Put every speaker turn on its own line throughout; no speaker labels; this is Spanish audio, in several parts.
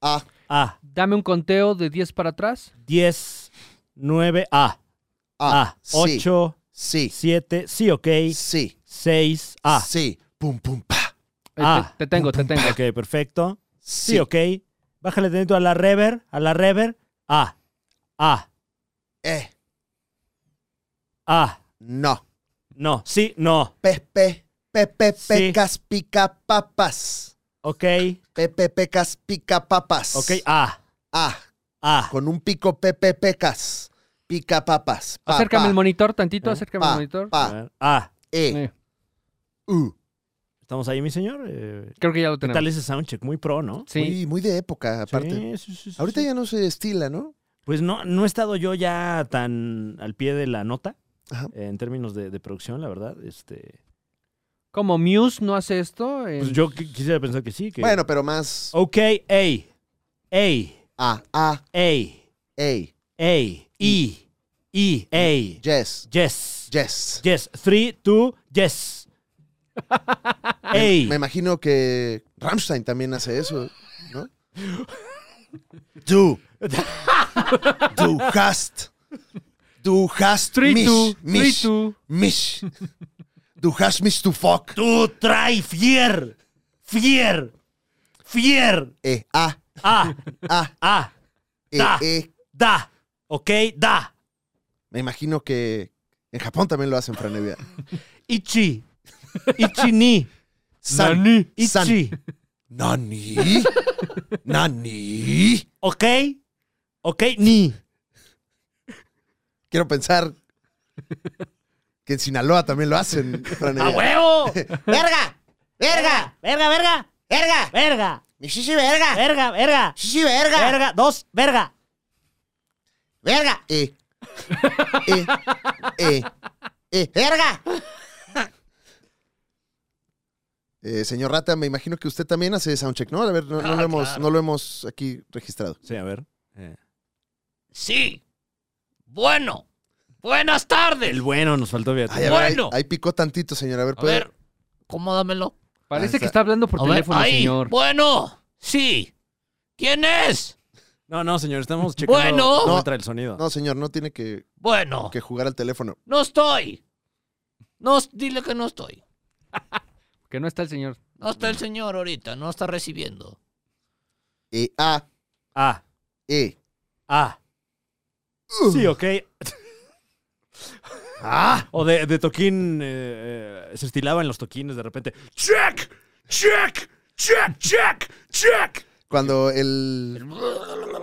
A.
A.
Dame un conteo de 10 para atrás.
10, 9, A.
A.
A.
Ah, sí,
8,
Sí.
7, sí, ok.
Sí.
6, A.
Sí. Pum, pum, pa.
Eh,
Ah.
Te, te tengo, te tengo.
Ok, perfecto. Sí,
Sí.
ok. Bájale tantito a la rever, a la rever. A. A.
Eh.
A.
No.
No. Sí, no.
Pepe. Pepe,
Sí.
pecas, pica, papas.
Ok.
Pepe, pecas, pica, papas.
Ok. ah. A.
A.
A.
Con un pico, Pepe, pecas. Pica, papas. Pa,
acércame
pa,
el monitor tantito,
Eh,
acércame el
pa,
monitor.
A.
pa, Uh,
ver, A.
E.
Eh,
U.
¿Estamos ahí, mi señor? Eh,
creo que ya lo
¿Qué tal
tenemos.
ese soundcheck? Muy pro, ¿no?
Sí.
Muy, muy de época, aparte.
Sí, sí, sí, sí,
Ahorita
sí.
ya no se estila, ¿no?
Pues no, no he estado yo ya tan al pie de la nota
Ajá.
eh, en términos de, de producción, la verdad. Este,
Como Muse no hace esto. eh, en-
pues yo qui- quisiera pensar que sí. Que...
Bueno, pero
Oh.
más
Ok, ey. Ey.
A, A,
Ey.
A.
Ey. I. I. Ey.
Yes,
E, Yes.
yes.
Yes. Three, two, yes. ey.
Me imagino que Rammstein también hace eso, ¿no? Du. Du hast. Du hast
Three,
mich.
two, three,
mich.
two.
Mich. Du hast mich to fuck.
Tú trae fier. Fier. Fier.
E, A,
Ah.
A,
Ah.
E,
Da.
E.
Da. Ok, da.
Me imagino que en Japón también lo hacen, Franevia.
Ichi. Ichi ni.
San. San.
Ichi.
Nani. Nani.
Ok. Ok, ni.
Quiero pensar que en Sinaloa también lo hacen, Fran
¡A
Evia.
huevo!
Eh. ¡Verga!
¡Verga! ¡Verga, verga!
¡Verga!
¡Verga!
¡Mi shishi
Eh.
verga!
¡Verga, verga!
¡Shishi verga!
¡Verga! ¡Dos, verga!
¡Verga! ¡Eh! ¡Eh! ¡Eh! ¡Eh! ¡Verga! Eh, señor Rata, me imagino que usted también hace soundcheck, ¿no? A ver, no,
Ah,
no lo, hemos, no lo hemos aquí registrado.
Sí, a ver. eh.
Sí. Bueno. Buenas tardes.
El bueno nos faltó bien.
Ay, a ver, ahí-
Bueno.
ahí, picó tantito, señor. A ver,
A
¿puede-
ver, acomódamelo.
Parece que
Ah,
está hablando por
A ver,
teléfono,
ahí.
señor.
Bueno, sí. ¿Quién es?
No, no, señor, estamos checando
Bueno.
cómo
No.
entra el sonido.
No, señor, no tiene que,
Bueno,
que jugar al teléfono.
no estoy. No, dile que no estoy.
Que no está el señor.
No está el señor ahorita, no está recibiendo.
E, A,
Ah,
E.
ah. Sí, ok. ah. O de, de toquín, eh, eh, se estilaba en los toquines de repente. ¡Check! ¡Check! ¡Check! ¡Check! ¡Check!
Cuando el,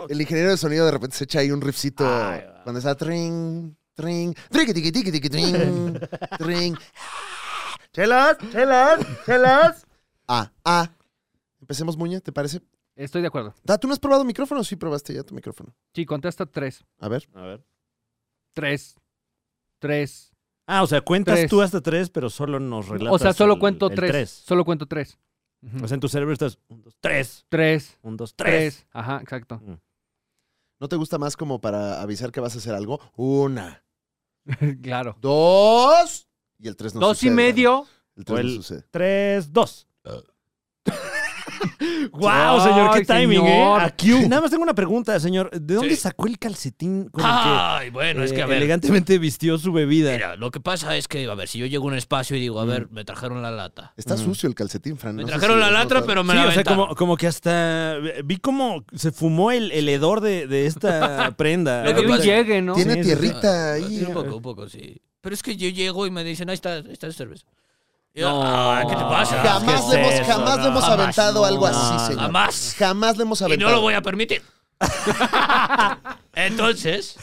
el ingeniero de sonido de repente se echa ahí un riffcito
Ay, va.
cuando está tring, tring, tring, tiki, tiki, tiki, tring, tring. ¡Chelas! ¡Chelas! ¡Chelas! Ah, ah. Empecemos, Muña, ¿te parece?
Estoy de acuerdo.
Ah, ¿Tú no has probado micrófono? Sí, probaste ya tu micrófono.
Sí, contesta tres.
A ver.
A ver.
Tres. Tres.
Ah, o sea, cuentas
Tres.
tú hasta tres, pero solo nos relatas.
O sea, solo
el-
cuento
el
tres. Solo cuento tres. Ujú.
O sea, en tu cerebro estás. Un, dos, tres.
tres.
Un, dos, tres.
Tres. Ajá, exacto.
¿No te gusta más como para avisar que vas a hacer algo? Una,
claro.
dos y el tres no
Dos y
sucede, ¿no?
medio.
El tres
O
no
el-
sucede.
Tres, dos. ¡Guau, señor! ¡Qué
Ay,
timing,
señor.
eh! A Q. Nada más tengo una pregunta, señor. ¿De dónde
Sí.
sacó el calcetín con el que
Ay, bueno, es
eh,
que a ver.
elegantemente vistió su bebida?
Mira, lo que pasa es que, a ver, si yo llego a un espacio y digo, a ver, me trajeron la lata.
Está
Ujú.
sucio el calcetín, Fran.
Me
no sé
trajeron
si
la
lo has
lata,
notado.
pero me
sí,
la
o sea,
aventaron.
como, como que hasta. eh, Vi como se fumó el, el hedor de, de esta prenda.
Lo que
Pero
pasa-
llegue, ¿no?
Tiene
Sí, sí, sí.
tierrita
Ah,
ahí.
Un poco, un poco, sí. Pero es que yo llego y me dicen, ahí está, ahí está la cerveza. Y yo,
No.
"Ah, ¿Qué te pasa?
Jamás,
¿Qué
le
es
hemos,
eso?
jamás le hemos
Jamás.
aventado algo
No,
así, señor.
jamás.
Jamás le hemos
Y
aventado.
no lo voy a permitir. Entonces,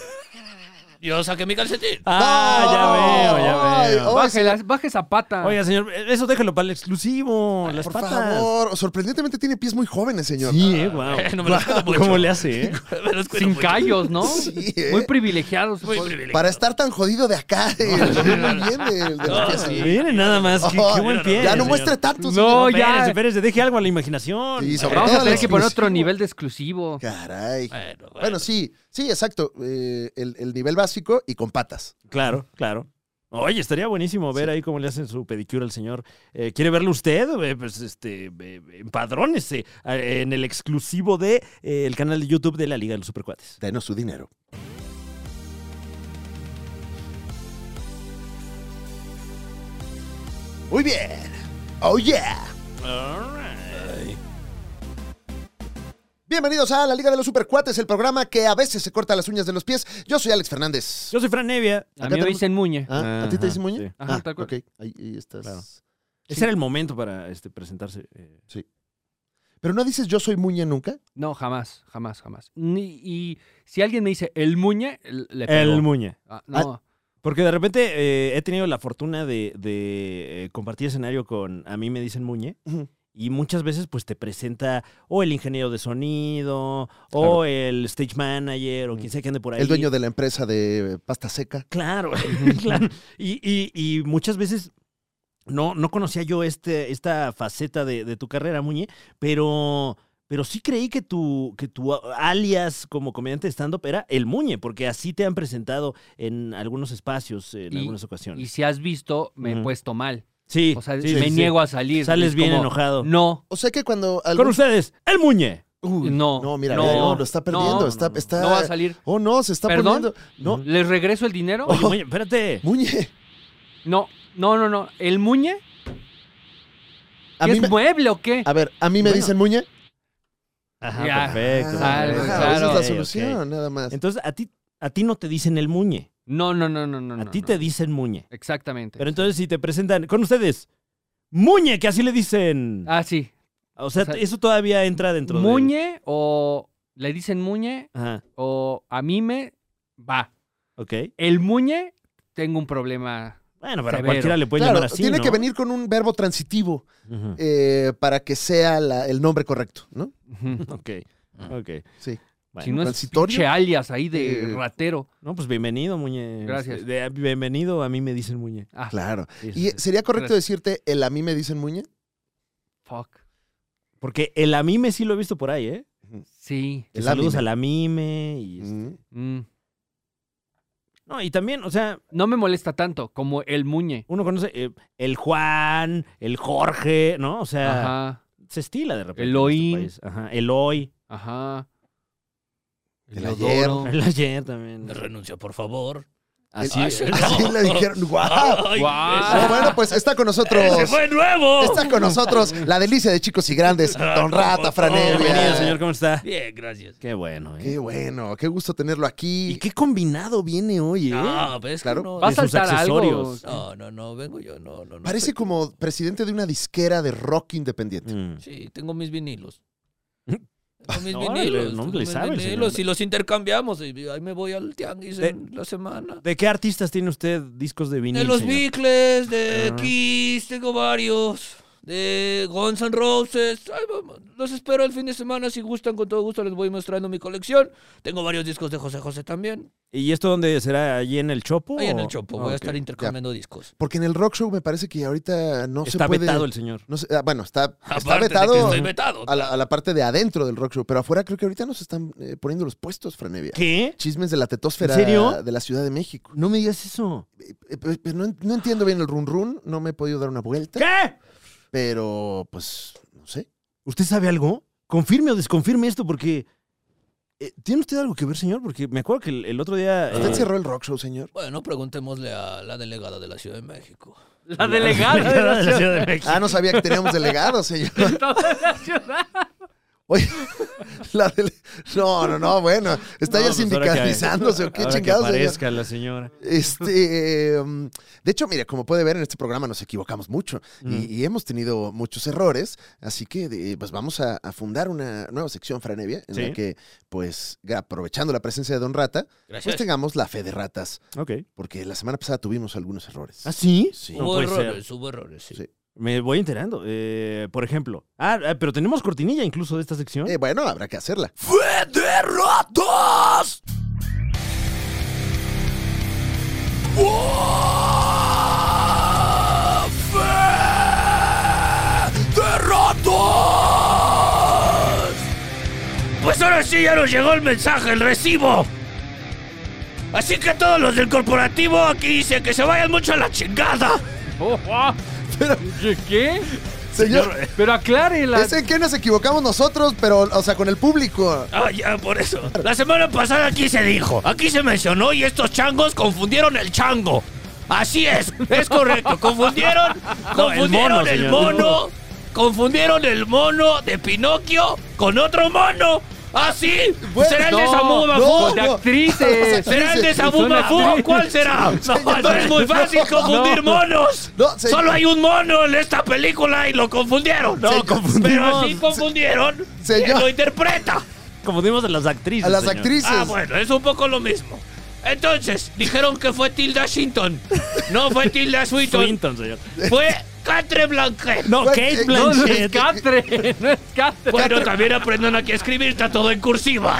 yo saqué mi calcetín.
Ah, ya veo, ya veo.
Ay, oh,
Baje, la- baje esa pata.
Oiga, señor, eso déjalo para el exclusivo. las
Por
patas.
favor, sorprendentemente tiene pies muy jóvenes, señor.
Sí, eh, guau.
no me los cuido mucho.
¿Cómo le hace, eh?
Me los cuido
Sin
mucho.
callos, ¿no?
Sí, ¿eh?
Muy privilegiados. Pues,
Muy privilegiado.
Para estar tan jodido de acá, eh, muy bien de, de los
No,
pies,
sí.
señor.
Miren nada más, qué,
Oh,
qué buen pie.
Ya no
señor.
muestre
No,
tanto, señor.
ya.
Espérense, espérense, deje algo a la imaginación.
Sí, sobre
Vamos
todo
a
el
tener que poner otro
exclusivo.
nivel de exclusivo.
Caray. Bueno,
Bueno, bueno.
sí, sí, exacto. eh, el, el nivel básico y con patas.
Claro, claro. Oye, estaría buenísimo ver ahí cómo le hacen su pedicura al señor. Eh, ¿Quiere verlo usted? Eh, pues este, eh, empadrónese eh, en el exclusivo de eh, el canal de YouTube de la Liga de los Supercuates.
Denos su dinero. Muy bien. Oh yeah. Bienvenidos a la Liga de los Supercuates, el programa que a veces se corta las uñas de los pies. Yo soy Alex Fernández.
Yo soy Fran Nevia.
A
Acá
mí me
tenemos-
dicen Muñe.
Ah, ¿A ti
Ajá,
te dice Muñe?
sí.
Ajá,
Ah,
tal cual.
Ok, ahí, ahí estás.
Claro.
Sí.
Ese era el momento para este, presentarse. eh.
Pero no dices yo soy Muñe nunca.
No, jamás, jamás, jamás. Ni- y si alguien me dice el Muñe, l- le pego.
el Muñe.
Ah, no,
Porque de repente eh, he tenido la fortuna de, de, eh, compartir escenario con A mí me dicen Muñe.
Ujú.
Y muchas veces pues te presenta o el ingeniero de sonido
Claro.
o el stage manager o quien sea que ande por ahí.
El dueño de la empresa de pasta seca.
Claro, claro. Y, y- y muchas veces no, no conocía yo este, esta faceta de, de tu carrera, Muñe, pero, pero sí creí que tu, que tu alias como comediante de stand-up era el Muñe, porque así te han presentado en algunos espacios, en
Y-
algunas
y
ocasiones.
si has visto, me he
Ujú.
puesto mal.
sí,
O sea,
sí,
me
sí, sí.
niego a salir.
Sales
Es
bien
como,
enojado.
No,
O sea que cuando...
Con
algún-
ustedes, el Muñe.
Uy,
no.
No, mira,
no,
mira, no, lo está
no,
perdiendo.
no,
está,
no, no.
está-
No va a salir.
Oh, no, se está
¿Perdón? Mm.
poniendo... No, Oh.
¿Les regreso el dinero?
Oye, Muñe, espérate.
Muñe.
No, no, no, no. ¿El Muñe?
A
¿Qué
mí
¿Es
me-
mueble o qué?
A ver, a mí me
Bueno.
dicen Muñe.
Ajá,
Ya.
perfecto.
Ah,
Claro,
ah,
perfecto.
claro.
Esa es la
Ok, ok.
solución, nada más.
Eh, Entonces, a ti, a ti no te dicen el Muñe,
No, no, no, no, no.
a
no,
ti
no.
te dicen Muñe.
Exactamente.
Pero entonces si te presentan con ustedes, Muñe, que así le dicen.
Ah, sí.
o, sea,
o sea,
eso todavía entra dentro de...
Muñe o le dicen Muñe
Ajá,
o a mí me va.
ok.
El Muñe, tengo un problema.
Bueno, pero a
Severo.
cualquiera le puede
Claro,
llamar así,
tiene
¿no?
que venir con un verbo transitivo
Ujú.
eh, para que sea la- el nombre correcto, ¿no?
Ujú.
Ok, ok.
Sí.
si
Bueno,
no es
transitorio.
pinche alias ahí de
Eh,
ratero.
no, pues bienvenido, Muñe.
Gracias.
Este, de- bienvenido, a mí me dicen Muñe.
Ah,
Claro.
Sí, sí,
¿Y
sí.
sería correcto decirte el a mí me dicen Muñe?
fuck.
Porque el amime sí lo he visto por ahí, ¿eh?
Sí.
Que
El
saludos
amime.
al amime. Y, este-
Mm.
mm.
No, y también, o sea,
No me molesta tanto como el Muñe.
uno conoce eh, el Juan, el Jorge, ¿no? O sea,
Ajá,
se estila de repente. en
Eloy.
este país. Ajá, Eloy.
ajá.
El ayer.
Odoro.
El ayer también. Oh,
Renuncia, por favor.
Así
El-
es.
Así le dijeron. ¡Guau!
Ay,
Guau.
Ah, bueno, pues está con nosotros.
¡Ese fue nuevo!
Está con nosotros la delicia de chicos y grandes, Don Rata, Franevia.
Bienvenido, señor, ¿cómo está?
Bien, gracias.
Qué bueno, ¿eh?
Qué bueno, qué gusto tenerlo
Y
aquí.
qué combinado viene hoy, ¿eh?
No, pero es
Claro.
que no,
¿Vas a
sus
saltar algo?
accesorios.
no, no, no, vengo yo, no, no, no.
Parece como presidente de una disquera de rock independiente.
Mm.
Sí, tengo mis vinilos. Tengo mis
Órale,
vinilos.
no
tengo
le
mis
sabe el señor.
vinilos y los intercambiamos. Y ahí me voy al tianguis
De-
en la semana.
¿De qué artistas tiene usted discos de vinil,
De los
señor?
Bicles, de
Ah.
Kiss, tengo varios. De Guns N' Roses. Ay, vamos, los espero el fin de semana. Si gustan, con todo gusto les voy mostrando mi colección. Tengo varios discos de José José también.
¿Y esto dónde será? ¿Allí en el Chopo?
Ahí en el
o-
Chopo.
Ah,
voy a
ok.
estar intercambiando discos.
Porque en el rock show me parece que ahorita no
Está
se puede.
vetado el señor.
no se- ah, bueno, está, está
Aparte de que
vetado,
estoy vetado.
a, la, a la parte de adentro del rock show, pero afuera creo que ahorita nos están eh, poniendo los puestos, Franevia.
¿Qué?
Chismes de la tetosfera
¿En serio?
de la Ciudad de México.
No me digas eso.
Eh, eh, pe- pero no, en- no entiendo bien el run run, no me he podido dar una vuelta,
¿Qué?
pero pues no sé.
¿Usted sabe algo? Confirme o desconfirme esto, porque... eh, ¿Tiene usted algo que ver, señor? Porque me acuerdo que el, el otro día...
¿Usted
eh,
cerró el rock show, señor?
Bueno, preguntémosle a la delegada de la Ciudad de México.
Pues
La
Ah,
delegada de la ciudad.
de México.
Ah, no sabía que teníamos delegado, señor.
de la ciudad.
Oye, la dele- No, no, no, bueno. Está
No,
ya
pues ahora que-
sindicalizándose o qué
ahora
chingados.
Que
señor?
aparezca la señora.
Este, em, de hecho, mire, como puede ver en este programa nos equivocamos mucho y-
Mm.
y, hemos tenido muchos errores, así que de- pues vamos a, a fundar una nueva sección Franevia en
Sí.
la que, pues, ga- aprovechando la presencia de Don Rata,
Gracias.
pues tengamos la fe de ratas,
Ok.
porque la semana pasada tuvimos algunos errores.
¿Ah, sí?
Sí.
No
hubo
puede ser.
errores, hubo errores, sí.
Sí.
Me voy enterando. Eh, por ejemplo. Ah, ah, pero tenemos cortinilla incluso de esta sección.
Eh, bueno, habrá que hacerla.
¡Fue de ratas! ¡De ratas! Pues ahora sí ya nos llegó el mensaje, el recibo. Así que todos los del corporativo aquí dicen que se vayan mucho a la chingada.
Oh, ah.
Pero-
¿De ¿Qué?
Señor,
eh,
Pero aclárela.
es en que nos equivocamos nosotros, pero, o sea, con el público.
Ah, ya, por eso. La semana pasada aquí se dijo, aquí se mencionó y estos changos confundieron el chango. Así es, es correcto. Confundieron, confundieron
mono,
el
señor.
mono, confundieron el mono de Pinocchio con otro mono. Así,
Bueno,
será el
no,
de Samu Bafu.
no,
de
no.
actrices.
¿Será el de Sabu
Son
Mafú?
actrices.
¿Cuál será? No, no es muy fácil confundir
No.
monos.
No, señor.
Solo hay un mono en esta película y lo confundieron. No,
Señor.
Pero sí confundieron.
Se-
¿Quién
señor.
lo interpreta?
Confundimos a las actrices.
A las
señor.
actrices.
Ah, bueno, es un poco lo mismo. Entonces, dijeron que fue Tilda Swinton. No fue Tilda Swinton.
Swinton, señor.
Fue Catre Blanquet.
No,
Fue-
Kate
eh,
No, no es
Blanchett.
Catre, no es Catre.
Bueno, también aprendan aquí a escribir, está todo en cursiva.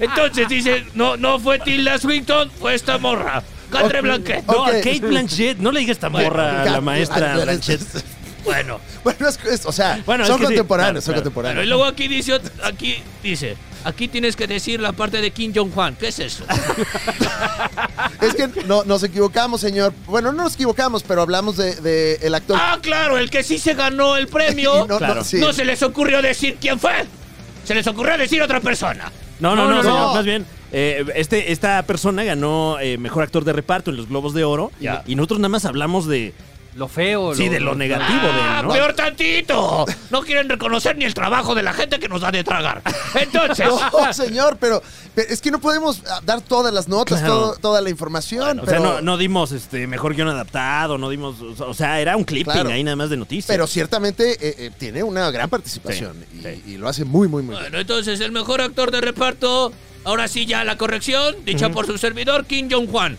Entonces dice, no, no fue Tilda Swinton, fue esta morra. Catre Blanquet.
No, a
Ok.
Kate Blanchett. No le digas tan morra a la maestra Blanchett.
Bueno,
Bueno, es, es- o sea,
Bueno,
son
es que sí, claro,
contemporáneos, son
bueno, y
contemporáneos.
luego aquí dice, ot- aquí dice, aquí tienes que decir la parte de Kim Jong-un. ¿Qué es eso?
Es que no, nos equivocamos, señor. Bueno, no nos equivocamos, pero hablamos de, de el actor.
Ah, claro, el que sí se ganó el premio.
Y no,
claro.
no, sí.
No se les ocurrió decir quién fue. Se les ocurrió decir otra persona.
No, no,
No,
no,
no,
señor.
no.
Más bien, eh, este, esta persona ganó eh, mejor actor de reparto en los Globos de Oro.
Ya.
Y nosotros nada más hablamos de.
Lo feo.
Sí, de lo negativo de
Ah,
él, ¿no?
peor tantito. No quieren reconocer ni el trabajo de la gente que nos da de tragar. Entonces,
No, señor, pero, pero es que no podemos ah, dar todas las notas,
Claro.
todo- toda la información.
O
pero,
sea, no, no dimos este mejor guión adaptado, no dimos. o sea, O sea, era un clipping
Claro.
ahí nada más de noticias.
pero ciertamente eh, eh, tiene una gran participación y, y lo hace muy, muy, muy bien.
bueno, entonces el mejor actor de reparto. Ahora sí ya la corrección, dicha por su servidor Kim Jong-un.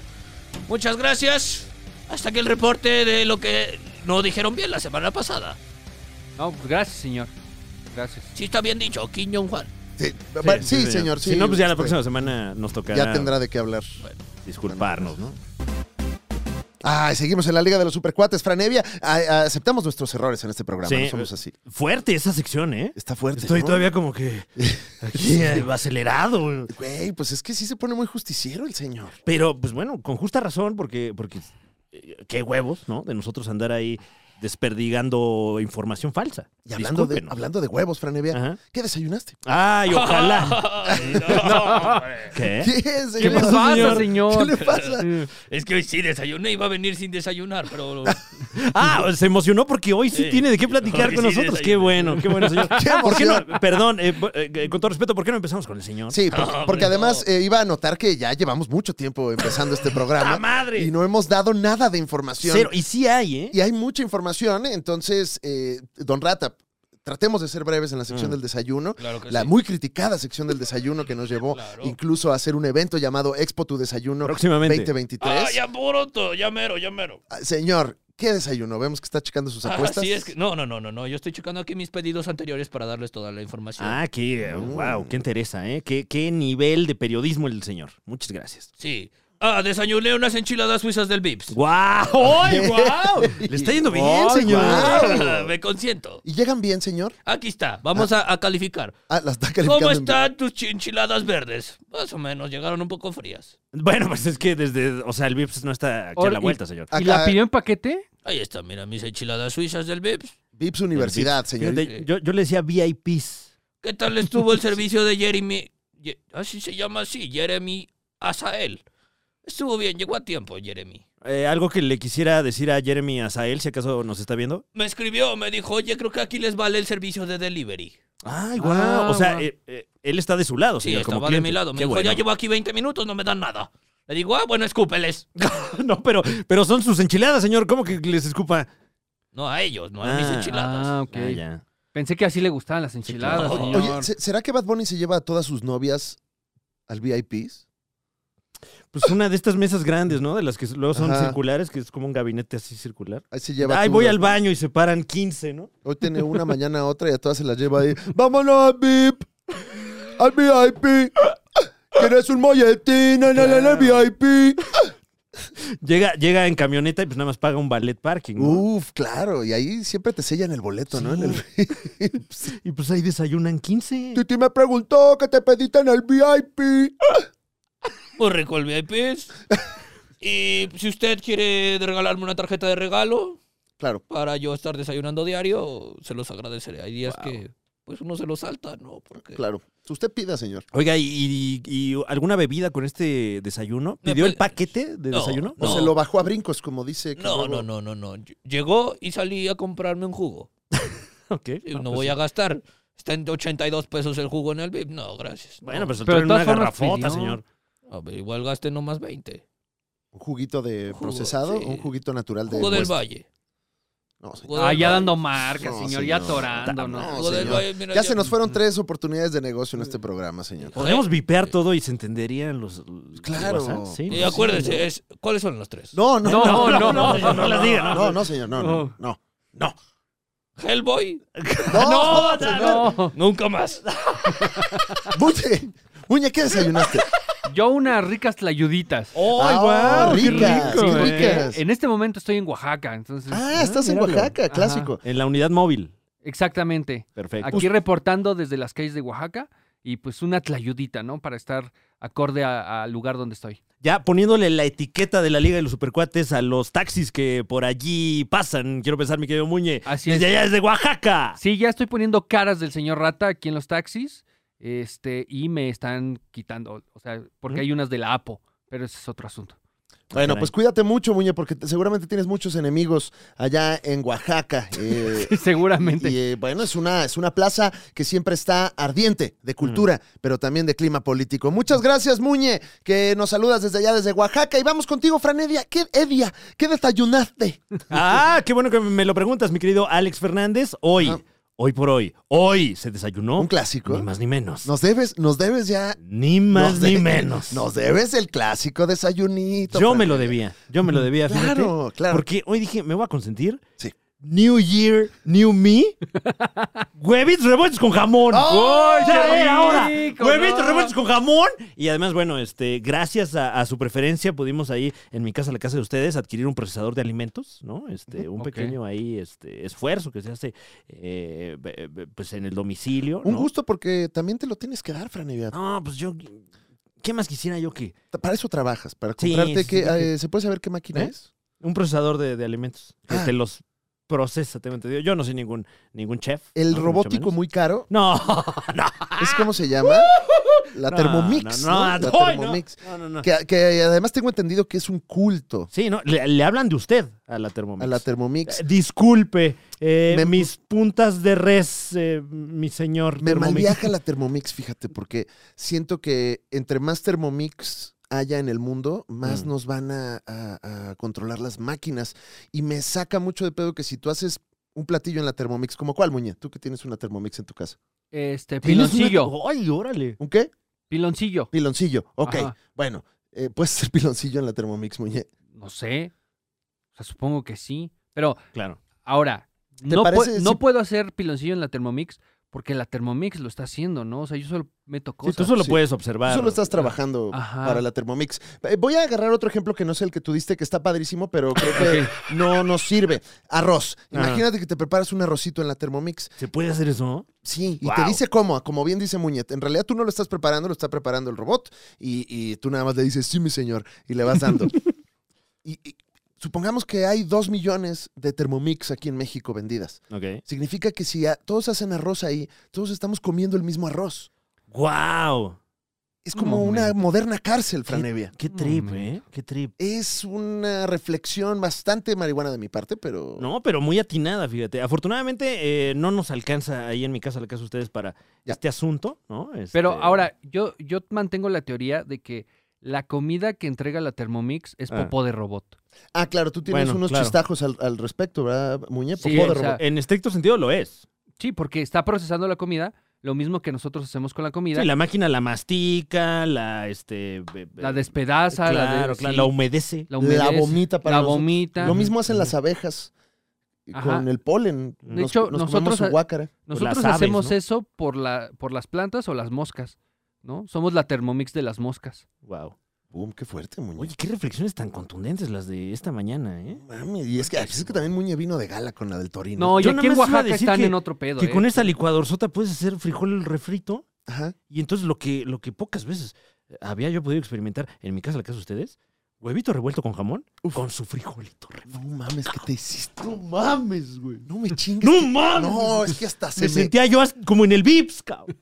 Muchas gracias. Hasta aquí el reporte de lo que no dijeron bien la semana pasada.
No, pues gracias, señor. Gracias.
Sí está bien dicho, Kim Jong-un.
Sí, bueno, sí, señor. sí,
si no, pues ya la
usted-
próxima semana nos tocará
Ya tendrá de qué hablar.
disculparnos, ¿no?
Ay, seguimos en la Liga de los Supercuates, Franevia. Ay, ah, aceptamos nuestros errores en este programa,
Sí.
no somos así. Este,
Fuerte esa sección, ¿eh?
Está fuerte.
Estoy
¿no?
todavía como que aquí eh, acelerado.
Güey, pues es que sí se pone muy justiciero el señor.
Pero, pues bueno, con justa razón, porque, porque eh, qué huevos, ¿no? De nosotros andar ahí desperdigando información falsa.
Y hablando, de,
Discúlpenos.
hablando de huevos, Franevia,
Ajá.
¿qué desayunaste?
Ay, ojalá.
Ay, no.
¿Eh? ¿Qué?
¿Qué,
¿Qué
señor?
le pasa, señor?
¿Qué le pasa?
Eh,
Es que hoy sí desayuné, iba a venir sin desayunar, pero...
Ah, se emocionó porque hoy sí
Sí.
tiene de qué platicar
Hoy
con
sí
nosotros.
desayuné.
Qué bueno, qué bueno, señor.
Qué
¿Por qué no?
emoción.
Perdón, eh, bu- eh, con todo respeto, ¿por qué no empezamos con el señor?
Sí, porque,
hombre,
porque además
no.
eh, iba a notar que ya llevamos mucho tiempo empezando este programa.
¡Puta Ah, madre!
Y no hemos dado nada de información.
Cero. Y sí hay, ¿eh?
Y hay mucha información, entonces, eh, don Rata, tratemos de ser breves en la sección
Mm.
del desayuno.
Claro que
La
sí.
muy criticada sección del desayuno que nos llevó
Claro.
incluso a hacer un evento llamado Expo Tu Desayuno
Próximamente.
2023.
Ah, ya pronto, ya mero, ya mero.
Ah, Señor, ¿qué desayuno? Vemos que está checando sus apuestas.
Así Ah, es que- no, no, no, no, no. Yo estoy checando aquí mis pedidos anteriores para darles toda la información.
Ah, qué, wow, qué interesa, ¿eh? Qué, qué nivel de periodismo el señor. Muchas gracias.
Sí. Ah, desayuné unas enchiladas suizas del Vips.
¡Guau! ¡Ay, guau! Le está yendo bien,
Ay,
señor.
Ah, Me consiento.
¿Y llegan bien, señor?
Aquí está, vamos a, a calificar.
Ah, las está
¿Cómo
calificando en-
están tus chi- enchiladas verdes? Más o menos, llegaron un poco frías.
Bueno, pues es que desde, o sea, el Vips no está aquí a
Ahora,
la
y- ah,
vuelta, señor.
Acá,
¿Y la pidió en paquete?
Ahí está, mira, mis enchiladas suizas del Vips.
Vips Universidad, señor.
Fíjate, yo, yo le decía VIPs.
¿Qué tal estuvo el servicio de Jeremy? Ye- Así se llama así, Jeremy Azael. Estuvo bien, llegó a tiempo, Jeremy.
Eh, algo que le quisiera decir a Jeremy Azael, si acaso nos está viendo.
Me escribió, me dijo, oye, creo que aquí les vale el servicio de delivery.
¡Ay,
guau.
Ah, o sea,
guau.
eh, eh, él está de su lado,
Ah, Sí,
señor. como
estaba de
cliente.
mi lado. Me
Qué
dijo,
bueno.
ya llevo aquí 20 minutos, no me dan nada. Le digo, ah, bueno, escúpeles.
No, pero, pero son sus enchiladas, señor. ¿Cómo que les escupa?
No a ellos, no a mis
Ah,
enchiladas.
Ah,
Ah,
ok.
ya.
Pensé que así le gustaban las enchiladas,
claro.
señor.
Oye, ¿se- ¿será que Bad Bunny se lleva a todas sus novias al VIPs?
Pues una de estas mesas grandes, ¿no? De las que luego son
Ajá.
circulares, que es como un gabinete así circular.
Ahí se lleva.
Ay,
tú,
voy
¿no?
al baño y se paran 15, ¿no?
Hoy tiene una, mañana otra y a todas se las lleva ahí. ¡Vámonos al VIP! ¡Al VIP! ¿Quieres un molletín en el- en el VIP?
Llega, llega en camioneta y pues nada más paga un ballet parking. ¿no?
Uf, claro. Y ahí siempre te sellan el boleto, ¿no? En el-
Y pues ahí desayunan 15.
Titi me preguntó que te pediste en el VIP.
Muy Pues rico el VIP. Y si usted quiere regalarme una tarjeta de regalo
Claro.
para yo estar desayunando diario, se los agradeceré. Hay días que pues uno se lo salta, ¿no? Porque
Claro. Usted pida, señor.
Oiga, ¿y, y- y alguna bebida con este desayuno?
No,
¿Pidió el
pues,
paquete de
no,
desayuno?
O
No.
se lo bajó a brincos, como dice.
No, no, no, no, no. Llegó y salí a comprarme un jugo.
Ok. No,
Ah,
Y no
pues
voy
sí.
a gastar. Está en 82 pesos el jugo en el VIP. No, gracias. No.
Bueno, pues
Pero de
pero una
todas formas
garrafota,
pidió.
señor.
A ver, igual gasté nomás 20.
Un juguito de
Jugo,
procesado,
sí.
un juguito natural de.
Jugo del
pues,
Valle.
no, señor.
Jugo
Ah,
del
ya
Valle.
dando marcas,
No,
señor, ya
señor.
atorándonos.
No,
Jugo del Mm.
señor.
Valle, mira,
Ya se nos fueron tres oportunidades de negocio en este programa, señor.
Podemos vipear todo y se entenderían los. los
Claro.
WhatsApp, Sí,
Y acuérdense, es, ¿cuáles son los tres?
No, no, no.
no, no,
no, no, no las diga, no.
No, no, señor, no, no, no.
Hellboy,
No, señor.
No,
nunca más.
Buche, Muñe, ¿qué desayunaste?
yo unas ricas tlayuditas.
Ah,
guau, qué
ricas,
rico,
qué
eh.
ricas.
En este momento estoy en Oaxaca, entonces.
Ah, estás en
míralo.
Oaxaca,
Ajá.
clásico.
En la unidad móvil.
Exactamente.
Perfecto.
Pues
Aquí reportando desde las calles de Oaxaca y pues una tlayudita, ¿no? Para estar acorde a- al lugar donde estoy.
Ya poniéndole la etiqueta de la Liga de los Supercuates a los taxis que por allí pasan, quiero pensar, mi querido Muñe.
Así
desde
es.
allá, desde Oaxaca.
Sí, ya estoy poniendo caras del señor Rata aquí en los taxis. Este, y me están quitando, o sea, porque
¿Mm?
hay unas de la APO, pero ese es otro asunto.
Bueno,
Caray.
pues cuídate mucho, Muñe, porque te- seguramente tienes muchos enemigos allá en Oaxaca. eh,
Seguramente.
Y eh, bueno, es una, es una plaza que siempre está ardiente de cultura, pero también de clima político. Muchas gracias, Muñe, que nos saludas desde allá, desde Oaxaca. Y vamos contigo, Franedia. ¿Qué, Edia, qué desayunaste?
Ah, qué bueno que me lo preguntas, mi querido Alex Fernández. Hoy,
Ah.
hoy por hoy, hoy se desayunó.
Un clásico.
Ni más ni menos.
Nos debes, nos debes ya.
Ni más
nos
ni
de-
menos.
Nos debes el clásico desayunito.
Yo
Fran.
me lo debía. Yo me lo debía. fíjate.
Claro, claro.
Porque hoy dije, me voy a consentir.
Sí.
New Year, New Me. Huevitos revueltos con jamón.
¡Ay,
¡Ya
qué
era hora!
rico,
Huevitos
no!
revueltos con jamón. Y además, bueno, este, gracias a, a su preferencia pudimos ahí en mi casa, la casa de ustedes, adquirir un procesador de alimentos, ¿no? Este, un
Ok.
pequeño ahí este, esfuerzo que se hace eh, be- be- pues en el domicilio.
Un
¿no?
gusto porque también te lo tienes que dar, Franedia.
No, pues yo. ¿Qué más quisiera yo que
Para eso trabajas, para
Sí,
comprarte
sí,
que
sí, sí.
se puede saber qué máquina
¿Eh?
es.
un procesador de, de alimentos que
Ah.
te los procesa, tengo entendido? Yo no soy ningún, ningún chef.
El
¿no? Mucho
robótico
menos.
muy caro.
No, no.
¿Es cómo se llama? La
No,
Thermomix.
no, no,
¿no? La
¡ay, no!
Thermomix.
No, no, no.
Que, que además tengo entendido que es un culto
Sí, no, le, le hablan de usted a la Thermomix.
a la
Eh,
Thermomix.
Disculpe, eh,
Me-
mis puntas de res, eh, mi señor
Me
Thermomix.
malviaja la Thermomix, fíjate, porque siento que entre más Thermomix haya en el mundo, más
Mm.
nos van a, a- a controlar las máquinas. Y me saca mucho de pedo que si tú haces un platillo en la Thermomix, ¿como cuál, Muñe? Tú que tienes una Thermomix en tu casa.
Este,
¿Tienes una-
piloncillo.
Ay, órale.
¿Un qué?
Piloncillo.
Piloncillo. Ok,
Ajá.
bueno. eh, ¿Puedes hacer piloncillo en la Thermomix, Muñe?
No sé. O sea, supongo que sí. Pero
Claro.
ahora, no, pue-
parece
no
si-
puedo hacer piloncillo en la Thermomix porque la Thermomix lo está haciendo, ¿no? O sea, yo solo meto
Sí,
cosas.
tú solo
sí.
puedes
Tú
observar.
solo estás trabajando
Ajá.
para la Thermomix. Eh, Voy a agarrar otro ejemplo que no es el que tú diste, que está padrísimo, pero creo que
Ok.
no nos sirve. Arroz.
Ajá.
Imagínate que te preparas un arrocito en la Thermomix.
¿Se puede hacer eso?
Sí, y te
Guau.
dice cómo, como bien dice Muñet. En realidad tú no lo estás preparando, lo está preparando el robot. Y, y tú nada más le dices, sí, mi señor, y le vas dando. y, y supongamos que hay dos millones de Thermomix aquí en México vendidas.
Ok.
Significa que si a- todos hacen arroz ahí, todos estamos comiendo el mismo arroz.
¡Wow!
Es como
Un
una
momento.
moderna cárcel, Franevia.
Qué trip,
Mm.
¿eh? Qué trip.
Es una reflexión bastante marihuana de mi parte, pero...
No, pero muy atinada, fíjate. Afortunadamente eh, no nos alcanza ahí en mi casa, la casa de ustedes, para
Ya.
este asunto, ¿no? Este-
Pero ahora, yo, yo mantengo la teoría de que la comida que entrega la Thermomix es
Ah.
popó de robot.
Ah, claro, tú tienes
Bueno,
unos
claro.
chistajos al, al respecto, ¿verdad, Muñe?
Sí,
Popó de
o sea,
robot.
En estricto sentido lo es.
Sí, porque está procesando la comida, lo mismo que nosotros hacemos con la comida.
Sí, la máquina la mastica, la este be- be-
La despedaza, la, de-
claro, claro,
sí,
la humedece.
la
La
humedece,
vomita para
la
nosotros.
vomita.
Lo mismo hacen las abejas
Ajá.
con el polen.
De
Nos-
hecho,
nos comemos
nosotros
su
a-
guácara.
Pues
Nosotros
las aves,
hacemos
¿no?
eso por, la, por las plantas o las moscas, ¿no? Somos la Thermomix de las moscas.
Wow.
Pum, qué fuerte, Muñe.
Oye, qué reflexiones tan contundentes las de esta mañana, ¿eh?
Mami, y es que, es que también Muñe vino de gala con la del Torino.
No, y
Yo
aquí en
nomás iba a
Oaxaca
decir
están
que-
en otro pedo.
que
eh.
con esta licuadorzota puedes hacer frijol refrito.
Ajá.
Y entonces lo que, lo que pocas veces eh, había yo podido experimentar en mi casa, la casa de ustedes, huevito revuelto con jamón, con su frijolito refrito.
No mames, ¿qué te hiciste? No mames, güey. No me chingues.
¡No mames!
No, es que hasta se
Me
me...
sentía yo as- como en el Vips, cabrón.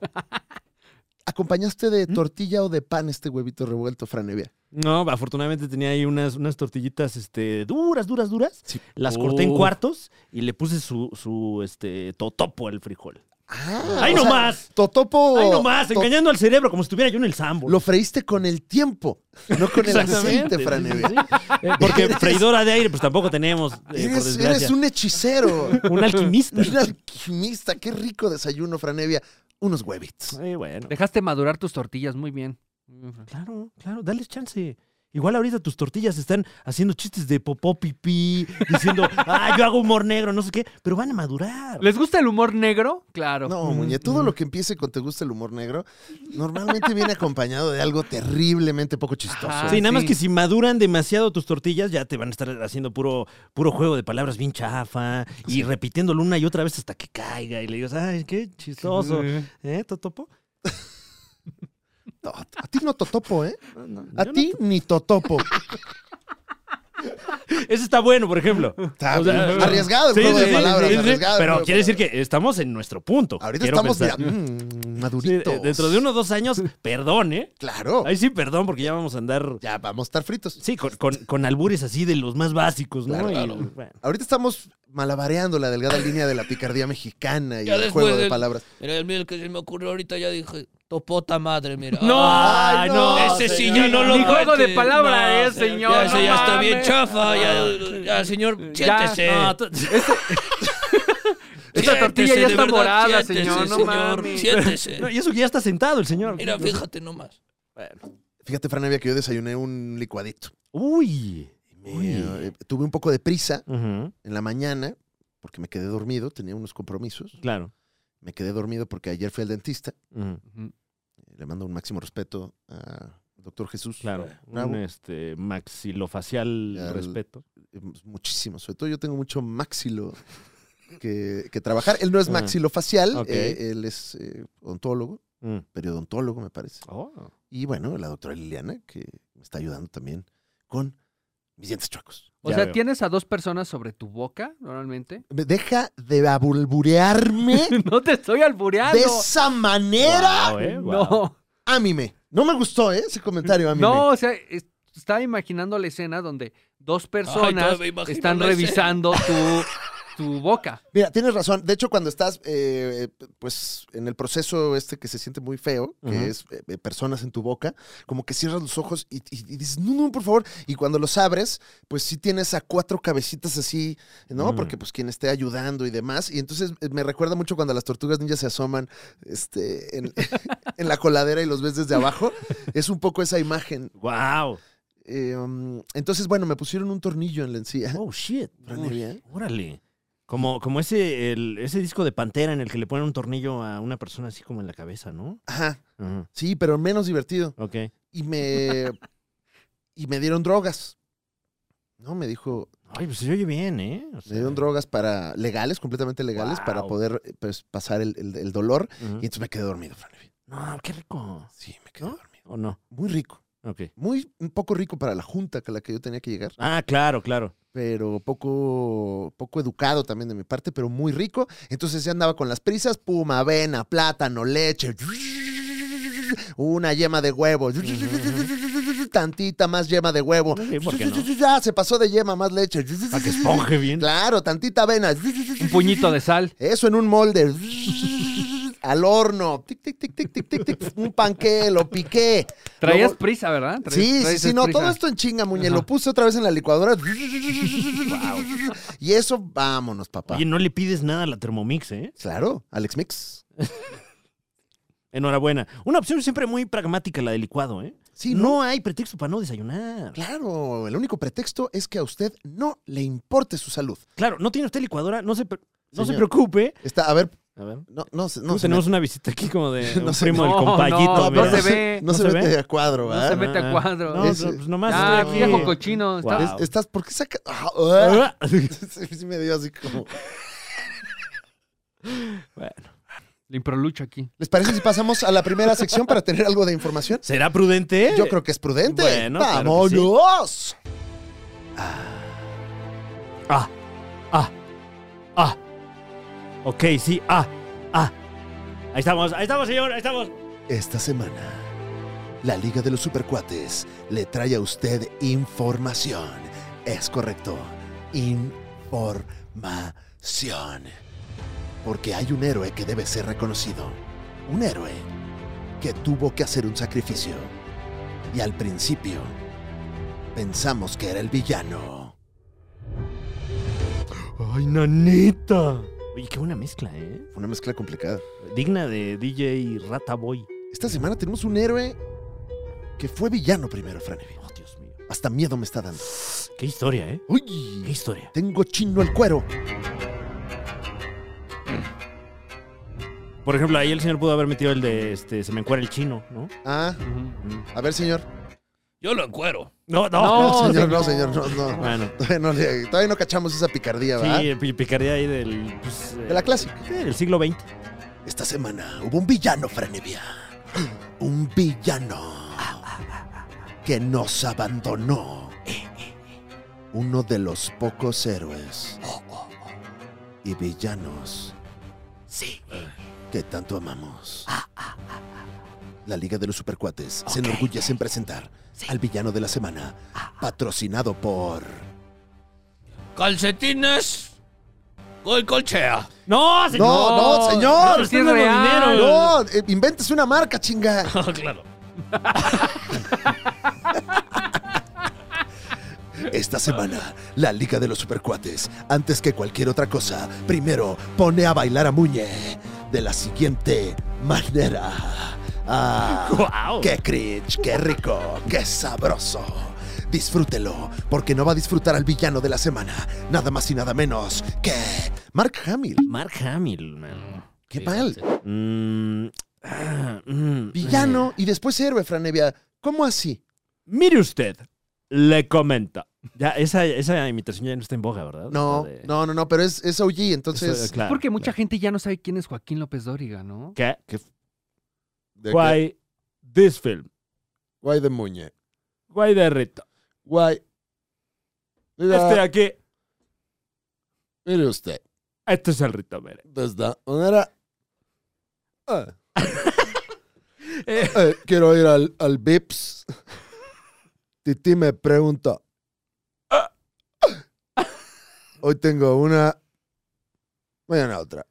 ¿Acompañaste de
¿Mm?
tortilla o de pan este huevito revuelto, Franevia?
No, afortunadamente tenía ahí unas, unas tortillitas este, duras, duras, duras.
Sí.
Las corté en
Uf.
cuartos y le puse su, su este, totopo al frijol.
Ah,
¡Ay,
o
no
sea,
más!
Totopo.
¡Ay, nomás!
to-
Engañando al cerebro como si estuviera yo en el sambo.
Lo freíste con el tiempo, no con el aceite,
Exactamente,
Franevia.
sí, sí, sí. Eh, Porque freidora de aire, pues tampoco tenemos, eh, por
Eres,
desgracia.
eres un hechicero,
Un alquimista.
un alquimista. Qué rico desayuno, Franevia. Unos huevitos.
Eh, bueno.
Dejaste madurar tus tortillas muy bien.
Claro, claro, dales chance. Igual ahorita tus tortillas están haciendo chistes de popó pipí, diciendo, ah, yo hago humor negro, no sé qué, pero van a madurar.
¿Les gusta el humor negro? Claro. Mm,
No,
Mm,
Muñe, todo lo que empiece con te gusta el humor negro, normalmente viene acompañado de algo terriblemente poco chistoso.
Ajá.
Sí,
Ah,
nada más
sí.
que si maduran demasiado tus tortillas, ya te van a estar haciendo puro, puro juego de palabras bien chafa y repitiéndolo una y otra vez hasta que caiga y le digas, ay, qué chistoso. ¿Eh, Totopo?
No, A ti no totopo, ¿eh? A
Yo no-
ti ni totopo.
Ese está bueno, por ejemplo.
Está
O sea,
arriesgado el
Sí,
juego
sí,
de
sí,
palabras.
sí, sí,
arriesgado el
Pero
juego de
quiere decir
palabras.
que estamos en nuestro punto.
Ahorita
quiero
estamos
pensar.
ya, mm,
Sí, eh,
maduritos.
Dentro de unos dos años, perdón, ¿eh?
Claro.
Ahí sí, perdón, porque ya vamos a andar.
Oh. Ya vamos a estar fritos.
Sí, con, con, con albures así de los más básicos, ¿no?
Claro,
Y,
claro.
bueno.
Ahorita estamos malabareando la delgada línea de la picardía mexicana y
Ya
el
después
juego de
del-
palabras.
Mira, el mío que se me ocurrió ahorita ya dije, topota madre, mira.
No,
Ay, no,
ese sí ya no lo
Ni juego de
cuente.
palabra
No,
es,
señor,
señor.
Ah, Ya, ese
no
ya está bien
mames. Ah,
chafa, ya, ya, señor, siéntese.
No, tú-
Ah,
Esta
Siéntese,
tortilla ya
de
está
verdad,
morada,
siéntese,
señor, no mames.
Siéntese.
No, y eso que ya está sentado el señor.
Mira, fíjate nomás.
Fíjate, Franevia, que yo desayuné un licuadito.
Uy. Uy.
Eh, tuve un poco de prisa
Ujú,
en la mañana porque me quedé dormido, tenía unos compromisos.
Claro.
Me quedé dormido porque ayer fui al dentista.
Ujú,
Le mando un máximo respeto al doctor Jesús.
Claro.
Bravo.
Un este, maxilofacial
Al-
respeto.
Eh, Muchísimo. Sobre todo yo tengo mucho maxilo que, que trabajar. Él no es
Ah,
maxilofacial,
ok.
eh, él es eh, odontólogo,
Mm.
periodontólogo me parece.
Oh.
Y bueno, la doctora Liliana, que me está ayudando también con mis dientes chuecos.
O
Ya
sea,
veo.
tienes a dos personas sobre tu boca normalmente.
Me Deja de abulburearme
No te estoy albureando.
de esa manera.
Guau, eh, guau.
No,
Ámime. No me gustó ¿eh? ese comentario, ámime.
no, o sea, es- estaba imaginando la escena donde dos personas
todavía me imagino
están
la escena.
revisando tu, tu boca.
Mira, tienes razón. De hecho, cuando estás, eh, pues, en el proceso este que se siente muy feo, que
Ujú.
es eh, eh, personas en tu boca, como que cierras los ojos y, y- y dices, no, no, por favor. Y cuando los abres, pues sí tienes a cuatro cabecitas así, ¿no?
Mm.
Porque, pues, quien esté ayudando y demás. Y entonces eh, me recuerda mucho cuando las tortugas ninjas se asoman este, en, en la coladera y los ves desde abajo. Es un poco esa imagen.
Guau.
Eh, um, entonces, bueno, me pusieron un tornillo en la encía.
Oh, shit.
Franevia.
Órale. Como, como ese, el- ese disco de Pantera en el que le ponen un tornillo a una persona así como en la cabeza, ¿no?
Ajá.
Ujú,
Sí, pero menos divertido.
Ok.
y me y me dieron drogas. No, me dijo,
Ay, pues se oye bien, ¿eh? O sea,
me dieron drogas para legales, completamente legales, para
Wow.
poder eh, pues, pasar el, el- el dolor.
ujú.
Y entonces me quedé dormido, Franevi.
No, qué rico.
Sí, me quedé
¿No?
dormido.
¿O no?
Muy rico.
Ok.
Muy un poco rico para la junta a la que yo tenía que llegar,
Ah, claro, claro.
pero poco, poco educado también de mi parte, pero muy rico. Entonces ya andaba con las prisas, puma, avena, plátano, leche, una yema de huevo, tantita más yema de huevo.
Sí, ¿por qué no?
Ya, se pasó de yema, más leche.
Para que esponje bien.
Claro, tantita avena.
Un puñito de sal.
Eso en un molde. Al horno. Tic, tic, tic, tic, tic, tic, tic. Un panqué, lo piqué.
Traías
Luego-
prisa, ¿verdad? Traías-
Sí, sí,
traías
sí, no,
prisa.
todo esto en chinga, muñe.
Ajá.
Lo puse otra vez en la licuadora. Y eso, vámonos, papá.
Oye, no le pides nada a la Thermomix, ¿eh?
Claro, Alex Mix.
Enhorabuena. Una opción siempre muy pragmática, la de licuado, ¿eh?
Sí,
no,
no.
hay pretexto para no desayunar.
Claro, el único pretexto es que a usted no le importe su salud.
Claro, no tiene usted licuadora, no se, pre- no se
Señor.
preocupe.
Está, a ver,
A ver.
No, no, se- no
Uh,
se
tenemos una visita aquí como de
No
un
se-
primo del
No,
compayito.
no,
mete-
no
mira.
se ve.
No, se
¿No se
mete
ve?
a cuadro,
No se
¿verdad?
ve. mete a
Ah,
cuadro.
No,
Ese-
pues nomás
Ah,
estoy aquí.
viejo cochino. está-
Guau.
Es- Estás, ¿por qué saca? Ah, ah.
Ah.
sí me dio así como.
Bueno.
Le improlucho aquí.
¿Les parece si pasamos a la primera sección para tener algo de información?
¿Será prudente?
Yo creo que es prudente.
Bueno, claro que sí.
¡Vámonos!
Ah, ah, ah. Ok, sí, ah, ah. Ahí estamos, ahí estamos, señor, ahí estamos.
Esta semana, la Liga de los Supercuates le trae a usted información. Es correcto, información. Porque hay un héroe que debe ser reconocido. Un héroe que tuvo que hacer un sacrificio. Y al principio, pensamos que era el villano.
Ay, nanita. Oye, qué buena mezcla, ¿eh?
Una mezcla complicada.
Digna de DJ Rata Boy.
Esta semana tenemos un héroe que fue villano primero, Franeville.
Oh, Dios mío.
Hasta miedo me está dando.
Qué historia, ¿eh? Qué
¡Uy!
historia.
Tengo chino el cuero.
Por ejemplo, ahí el señor pudo haber metido el de este, se me encuera el chino, ¿no?
Ah,
Ujú.
a ver, señor.
Yo lo encuero.
No,
No,
No, señor,
señor.
no, señor, no, no.
Bueno,
Todavía no, le- todavía no cachamos esa picardía, ¿verdad?
sí, pi- picardía ahí del. pues,
De la
eh,
clásica.
sí, del siglo XX.
Esta semana hubo un villano, Franevia. Un villano que nos abandonó. Uno de los pocos héroes y villanos que tanto amamos. La Liga de los Supercuates se enorgullece en presentar al villano de la semana, patrocinado por...
Calcetines. Gol colchea.
¡No, señor!
No, no, señor.
No,
Sí es
es
real.
dinero.
¡No! eh, ¡Inventes una marca, chinga!
Ah, claro.
Esta semana, la Liga de los Supercuates, antes que cualquier otra cosa, primero pone a bailar a Muñe de la siguiente manera. Ah,
¡Guau!
¡Qué cringe! ¡Qué rico! ¡Qué sabroso! Disfrútelo, porque no va a disfrutar al villano de la semana, nada más y nada menos que Mark Hamill.
Mark Hamill, man.
¡Qué mal!
Mm, ah, mm,
Villano y después héroe, Franevia. ¿Cómo así?
Mire usted, le comenta. Ya, esa, esa imitación ya no está en boga, ¿verdad?
No,
La de-
no, no, no, pero es, es OG,
Eso,
entonces...
claro,
Porque mucha
claro.
gente ya no sabe quién es Joaquín López Dóriga, ¿no?
¿Qué?
¿De qué?
Why this film?
Guay de Muñe.
Why the reto?
Guay. Mira,
Este de aquí,
mire usted.
este es el rito, mire.
Desde manera. Ah.
Eh.
Eh, quiero ir al, al Vips. Titi me pregunta. Hoy tengo una. Mañana otra.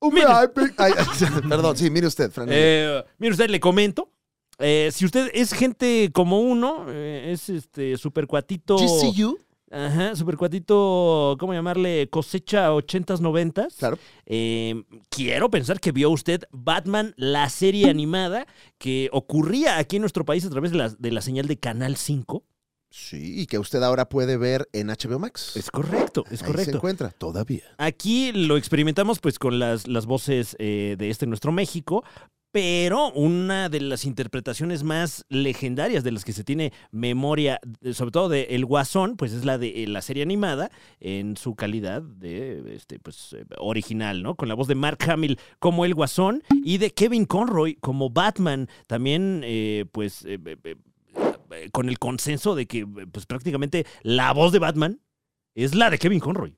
Un
Mire.
VIP. Ay, ay, Perdón, sí, mire usted, Fran.
Eh, mire usted, le comento. Eh, si usted es gente como uno, eh, es este supercuatito.
GCU.
oh. Ajá, supercuatito, ¿cómo llamarle? Cosecha 80s, 90s.
Claro.
Eh, quiero pensar que vio usted Batman, la serie animada que ocurría aquí en nuestro país a través de la, de la señal de Canal 5.
Sí, y que usted ahora puede ver en HBO Max.
Es correcto, es
Ahí se
correcto.
encuentra todavía.
Aquí lo experimentamos pues con las, las voces eh, de este nuestro México, pero una de las interpretaciones más legendarias de las que se tiene memoria, de- sobre todo de El Guasón, pues es la de eh, la serie animada en su calidad de este pues eh, original, ¿no? Con la voz de Mark Hamill como El Guasón y de Kevin Conroy como Batman, también eh, pues eh, eh, eh, eh, con el consenso de que eh, pues prácticamente la voz de Batman es la de Kevin Conroy.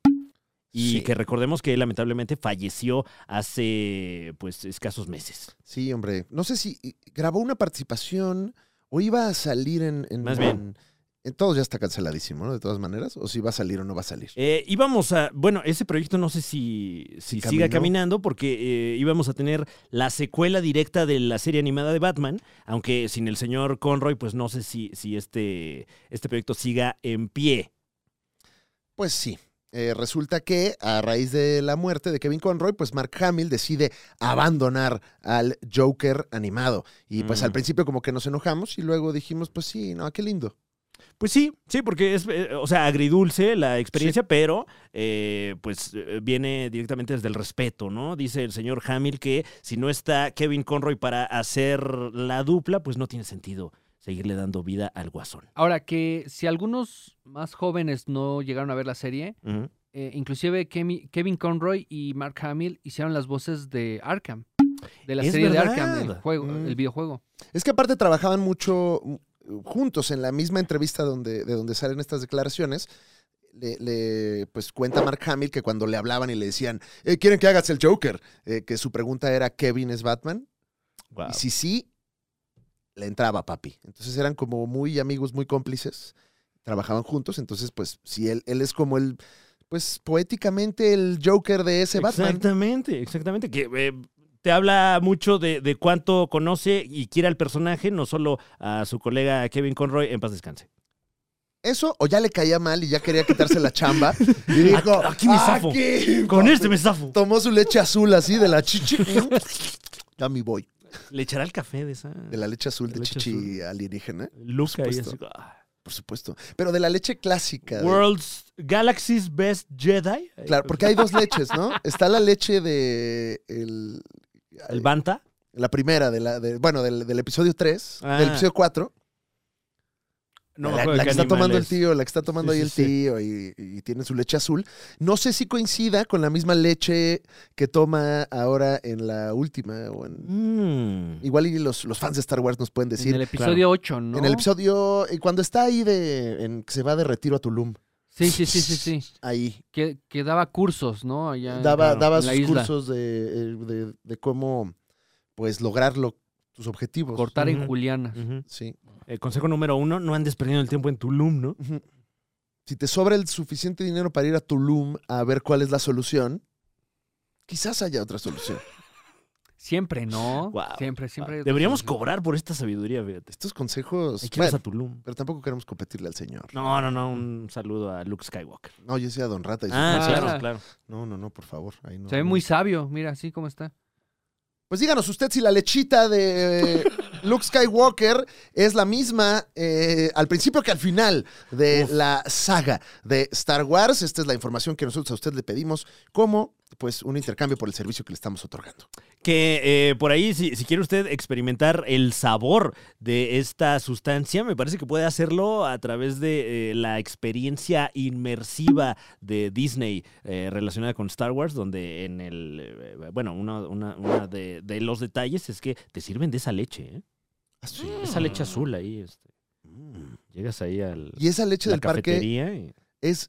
Y
Sí.
que recordemos que lamentablemente falleció hace pues escasos meses.
Sí, hombre. No sé si eh, grabó una participación o iba a salir en. en-
Más bien.
En, en todos ya está canceladísimo, ¿no? De todas maneras. O si va a salir o no va a salir.
Eh, íbamos a, bueno, ese proyecto no sé si, si
Sí,
siga
caminó.
caminando porque eh, íbamos a tener la secuela directa de la serie animada de Batman, aunque sin el señor Conroy pues no sé si, si este, este proyecto siga en pie.
Pues sí. Eh, resulta que a raíz de la muerte de Kevin Conroy, pues Mark Hamill decide abandonar al Joker animado. Y pues
Mm.
al principio como que nos enojamos y luego dijimos, pues sí, no, qué lindo.
Pues sí, sí, porque es, eh, o sea, agridulce la experiencia, pero eh, pues eh, viene directamente desde el respeto, ¿no? Dice el señor Hamill que si no está Kevin Conroy para hacer la dupla, pues no tiene sentido seguirle dando vida al guasón.
Ahora, que si algunos más jóvenes no llegaron a ver la serie,
Ujú.
eh, inclusive Kemi- Kevin Conroy y Mark Hamill hicieron las voces de Arkham. De la
Es
serie
verdad.
de Arkham, el, juego,
Mm.
el videojuego.
Es que aparte trabajaban mucho mm, juntos en la misma entrevista donde, de donde salen estas declaraciones. Le, le, pues cuenta Mark Hamill que cuando le hablaban y le decían, "Eh, ¿quieren que hagas el Joker? Eh, que su pregunta era, ¿Kevin es Batman?
Guau.
Y si sí, le entraba papi. Entonces eran como muy amigos, muy cómplices. Trabajaban juntos. Entonces, pues, si él, él es como el, pues, poéticamente el Joker de ese Batman.
Exactamente, exactamente. Que eh, te habla mucho de, de cuánto conoce y quiere al personaje, no solo a su colega Kevin Conroy, en paz descanse.
Eso, o ya le caía mal y ya quería quitarse la chamba. Y dijo,
Aquí- aquí me zafo.
"Aquí,
Con
papi".
este me zafo.
Tomó su leche azul así de la chichi. Ya me voy.
Le echará el café de esa.
De la leche azul de,
La leche
chichi alienígena,
Luca
Por
y
supuesto.
así, ah.
por supuesto. Pero de la leche clásica. de-
World's Galaxy's Best Jedi. eh,
Claro, porque hay dos leches, ¿no? Está la leche de el-
El Banta.
la primera, de la, de- bueno, del, del episodio 3,
Ah.
del episodio 4.
No, me
la,
acuerdo
la
qué
que está
animal
tomando el
es.
tío, la que está tomando
Sí,
ahí
sí,
el
sí.
tío y, y tiene su leche azul. No sé si coincida con la misma leche que toma ahora en la última. o en-
Mm.
Igual y los, los fans de Star Wars nos pueden decir.
en el episodio 8, ¿no?
En el episodio, eh, cuando está ahí de, en que se va de retiro a Tulum,
Sí, sí, sí, sí, sí.
ahí
Que, que daba cursos, ¿no? Allá en-
daba,
claro,
daba
en la
sus
isla.
cursos de, eh, de- de cómo, pues, lograrlo, tus objetivos.
cortar en
Ujú.
Juliana.
Ujú.
Sí.
Eh, consejo número uno, no andes perdiendo el tiempo en Tulum, ¿no?
Ujú. Si te sobra el suficiente dinero para ir a Tulum a ver cuál es la solución, quizás haya otra solución.
Siempre, ¿no?
Guau.
Siempre, siempre.
Ah, Deberíamos cobrar por esta sabiduría, fíjate.
Estos consejos,
Hay que irnos
bueno,
a Tulum.
pero tampoco queremos competirle al señor.
No, no, no, un saludo a Luke Skywalker.
No, yo soy a Don Rata. Y sus
Ah,
consejos.
claro,
claro.
claro.
No, no, no, por favor. ahí no,
Se ve
no.
muy sabio, mira, así como está.
Pues díganos usted si la lechita de eh, Luke Skywalker es la misma eh, al principio que al final de
Uf.
la saga de Star Wars. Esta es la información que nosotros a usted le pedimos como pues un intercambio por el servicio que le estamos otorgando.
Que eh, por ahí, si, si quiere usted experimentar el sabor de esta sustancia, me parece que puede hacerlo a través de eh, la experiencia inmersiva de Disney eh, relacionada con Star Wars, donde en el, eh, bueno, uno, una- una de, de los detalles es que te sirven de esa leche, ¿eh? esa leche azul ahí. este, Llegas ahí al...
Mm. Y esa leche
la
del parque
cafetería y-
es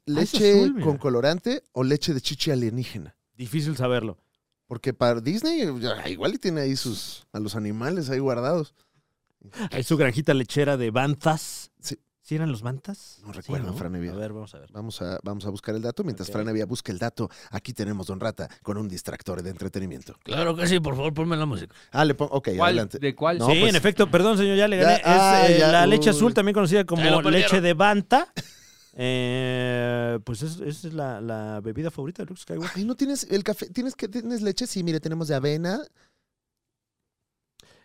Ah, es
leche
azul, mira.
con colorante o leche de chichi alienígena.
Difícil saberlo.
Porque para Disney ya, igual y tiene ahí sus a los animales ahí guardados.
Hay su granjita lechera de Bantas.
Sí.
¿Sí eran los Bantas?
No recuerdo, Fran Evia.
A ver, vamos a ver.
Vamos a, vamos a buscar el dato. Mientras
Ok.
Fran había busca el dato, aquí tenemos Don Rata con un distractor de entretenimiento.
Claro que sí, por favor, ponme la música.
Ah, le pongo. Ok,
¿Cuál-
adelante.
¿De cuál?
No,
sí,
pues-
en efecto, perdón, señor, ya le
Ya,
gané. Es,
ah,
eh,
ya,
la leche
uy.
azul, también conocida
Te lo
como
perdieron.
leche de Banta. Eh, pues es- esa es la, la bebida favorita de Luke Skywalker.
Ay, no tienes el café. ¿Tienes, que, ¿Tienes leche? Sí, mire, tenemos de avena.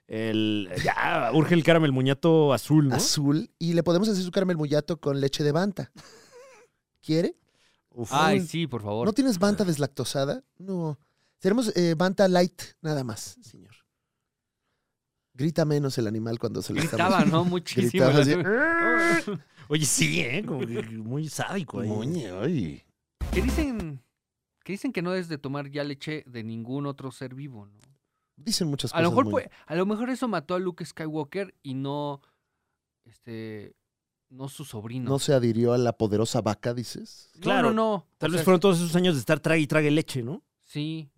El, ya, urge el caramel muñato azul, ¿no?
azul y le podemos hacer su caramel mullato con leche de banta. ¿Quiere?
Uf.
Ay, sí, por favor.
¿No tienes banta deslactosada? No. Tenemos eh, banta light nada más, señor. Grita menos el animal cuando se le
Gritaba,
estamos-
¿no? Muchísimo.
Gritaba así.
Oye, sí, ¿eh? Como que muy sádico ahí.
Muñe, ay.
Que dicen, que dicen que no debes de tomar ya leche de ningún otro ser vivo, ¿no?
Dicen muchas cosas.
A lo, mejor,
muy-
fue- a lo mejor eso mató a Luke Skywalker y no, este, no su sobrino.
No se adhirió a la poderosa vaca, dices.
No,
Claro,
no, no.
Tal
O
vez
sea,
fueron todos esos años de estar trague y trague leche, ¿no?
Sí.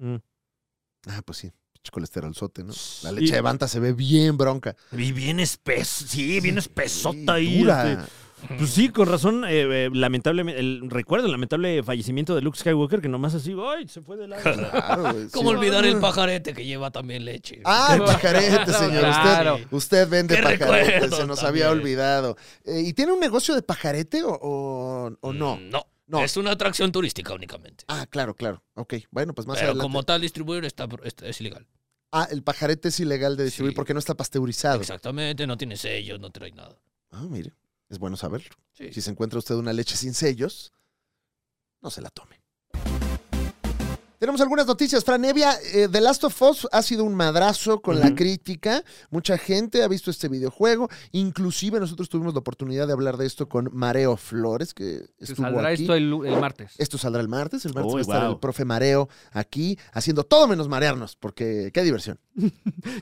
Ah, pues sí. pinche Colesterolzote, ¿no? La
Sí.
leche de banta se ve bien bronca.
Y bien espeso, sí, bien
Sí,
espesota ahí.
dura.
este. Pues sí, con razón, eh, eh, lamentablemente, el, recuerdo el lamentable fallecimiento de Luke Skywalker, que nomás así, ¡ay! Se fue de la...
Claro, güey,
¿Cómo
sí.
olvidar el pajarete que lleva también leche?
Ah, el pajarete,
Claro,
señor.
claro.
Usted, usted vende
Qué
pajarete,
recuerdos
se nos había
también.
olvidado. Eh, ¿Y tiene un negocio de pajarete o, o- o no?
Mm, No,
No.
es una atracción turística únicamente.
Ah, claro, claro. Ok, bueno, pues más
Pero
adelante.
como tal distribuir está, está- es ilegal.
Ah, el pajarete es ilegal de distribuir
Sí.
porque no está pasteurizado.
Exactamente, no tiene sellos, no trae nada.
Ah, mire. Es bueno saberlo.
Sí.
Si se encuentra usted una leche sin sellos, no se la tome. Tenemos algunas noticias. Franevia, eh, The Last of Us ha sido un madrazo con la
Ujú.
crítica. Mucha gente ha visto este videojuego. Inclusive nosotros tuvimos la oportunidad de hablar de esto con Mareo Flores, que
Que
estuvo
saldrá
aquí.
esto el, lu- el martes.
Esto saldrá el martes. El martes
Uy,
va a estar
guau.
el profe Mareo aquí haciendo todo menos marearnos, porque qué diversión.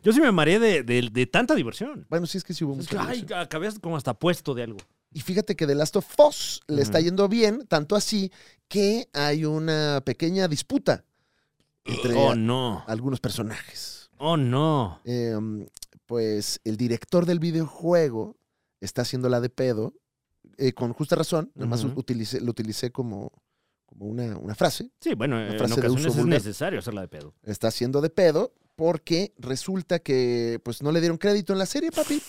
Yo sí me mareé de, de- de tanta diversión.
Bueno, sí es que sí hubo
Es
mucha
que, ay,
diversión.
acabé como hasta puesto de algo.
Y fíjate que The Last of Us le está yendo bien, tanto así que hay una pequeña disputa entre
Oh, no.
algunos personajes.
Oh, no.
Eh, pues el director del videojuego está haciendo la de pedo, eh, con justa razón, nada más
Ujú.
utilicé- lo utilicé como, como una, una frase,
Sí, bueno, en
frase de uso
ocasiones es
vulgar.
necesario hacerla de pedo.
está haciendo de pedo porque resulta que pues no le dieron crédito en la serie, papi.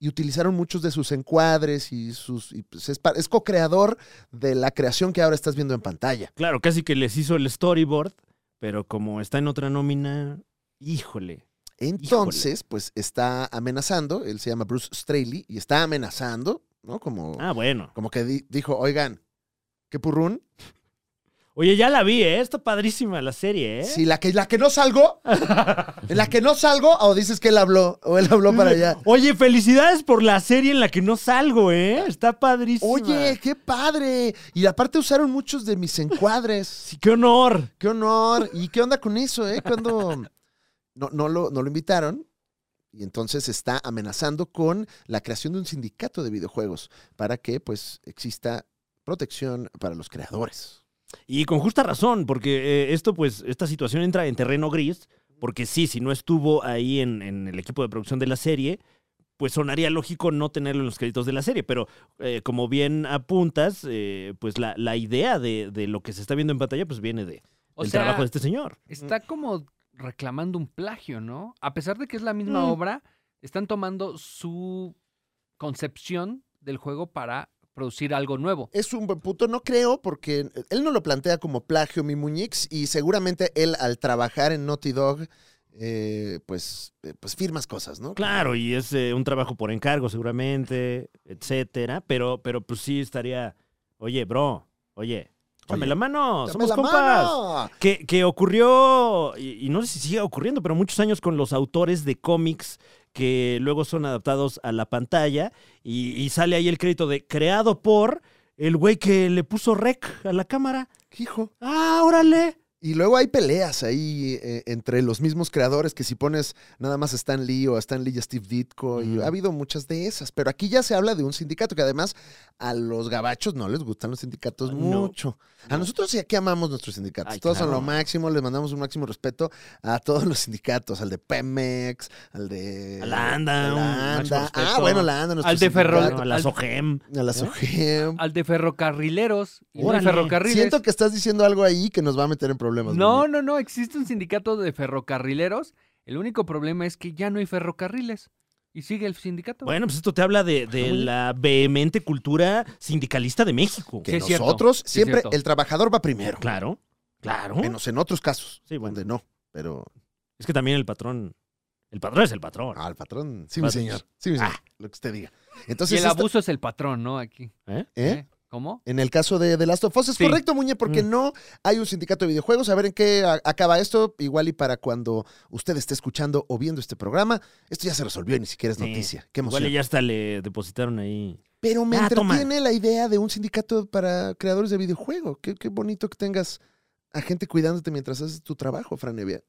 Y utilizaron muchos de sus encuadres y sus... y, pues, es, pa- es co-creador de la creación que ahora estás viendo en pantalla.
Claro, casi que les hizo el storyboard, pero como está en otra nómina, híjole.
Entonces, pues está amenazando, él se llama Bruce Straley, y está amenazando, ¿no? Como,
Ah, bueno.
como que di- dijo, oigan, qué purrún,
Oye, ya la vi, ¿eh? Está padrísima la serie, ¿eh?
si la que, la que no salgo, en la que no salgo, o dices que él habló, o él habló para allá.
Oye, felicidades por la serie en la que no salgo, ¿eh? Está padrísima.
Oye, qué padre. Y aparte usaron muchos de mis encuadres.
Sí, qué honor.
Qué honor. ¿Y qué onda con eso, eh? Cuando no, no, lo, no lo invitaron y entonces está amenazando con la creación de un sindicato de videojuegos para que pues exista protección para los creadores.
Y con justa razón, porque eh, esto, pues, esta situación entra en terreno gris, porque sí, si no estuvo ahí en, en el equipo de producción de la serie, pues sonaría lógico no tenerlo en los créditos de la serie, pero eh, como bien apuntas, eh, pues la, la idea de, de lo que se está viendo en pantalla, pues viene de,
O
del
sea,
trabajo de este señor.
está como reclamando un plagio, ¿no? A pesar de que es la misma
Mm.
obra, están tomando su concepción del juego para producir algo nuevo.
Es un buen punto, no creo, porque él no lo plantea como plagio, mi Muñix, y seguramente él al trabajar en Naughty Dog, eh, pues, eh, pues firmas cosas, ¿no?
Claro, y es eh, un trabajo por encargo seguramente, etcétera, pero, pero pues sí estaría, oye, bro, oye, dame
Oye,
la mano,
¡Dame
somos
la
compas.
mano!
Que, que ocurrió, y, y no sé si sigue ocurriendo, pero muchos años con los autores de cómics que luego son adaptados a la pantalla y, y sale ahí el crédito de creado por el güey que le puso rec a la cámara.
Hijo.
¡Ah, órale!
Y luego hay peleas ahí eh, entre los mismos creadores que si pones nada más Stan Lee o a Stan Lee y a Steve Ditko, y
Ujú.
ha habido muchas de esas. Pero aquí ya se habla de un sindicato que además a los gabachos no les gustan los sindicatos
No,
mucho. A
no.
nosotros sí aquí amamos nuestros sindicatos.
Ay,
todos son
claro.
lo máximo, les mandamos un máximo respeto a todos los sindicatos, al de Pemex, al de...
A la ANDA,
a
un
la
máximo
ANDA. Ah,
respeto.
bueno, la ANDA. nuestro
Al de Ferrol.
sindicato,
Bueno, a la
al-
SOGEM.
A la SOGEM.
Al de ferrocarrileros y no hay
Órale.
ferrocarriles.
Mm. Siento que estás diciendo algo ahí que nos va a meter en problemas.
No,
Muñe.
no, no, existe un sindicato de ferrocarrileros. El único problema es que ya no hay ferrocarriles. Y sigue el sindicato.
Bueno, pues esto te habla de, de la vehemente cultura sindicalista de México.
Que
Sí, es cierto.
nosotros
Sí, es
siempre
cierto.
el trabajador va primero.
Claro, claro.
Menos en otros casos.
Sí, bueno.
Donde no. Pero.
Es que también el patrón, el patrón es el patrón.
Ah, el patrón. Sí, mi
Patrón.
señor. Sí, mi señor. Lo que usted diga.
y
Entonces.
el
esta-
abuso es el patrón, ¿no? Aquí.
¿eh?
¿eh?
¿Cómo?
En el caso de The Last of Us es
Sí.
correcto, Muñe, porque
Mm.
no hay un sindicato de videojuegos. A ver en qué a- acaba esto. Igual y para cuando usted esté escuchando o viendo este programa, esto ya se resolvió y ni siquiera es
Sí.
noticia. Qué emoción.
Igual y ya hasta le depositaron ahí.
Pero me
Ah, toma.
entretiene la idea de un sindicato para creadores de videojuegos. Qué, qué bonito que tengas a gente cuidándote mientras haces tu trabajo, Franevia.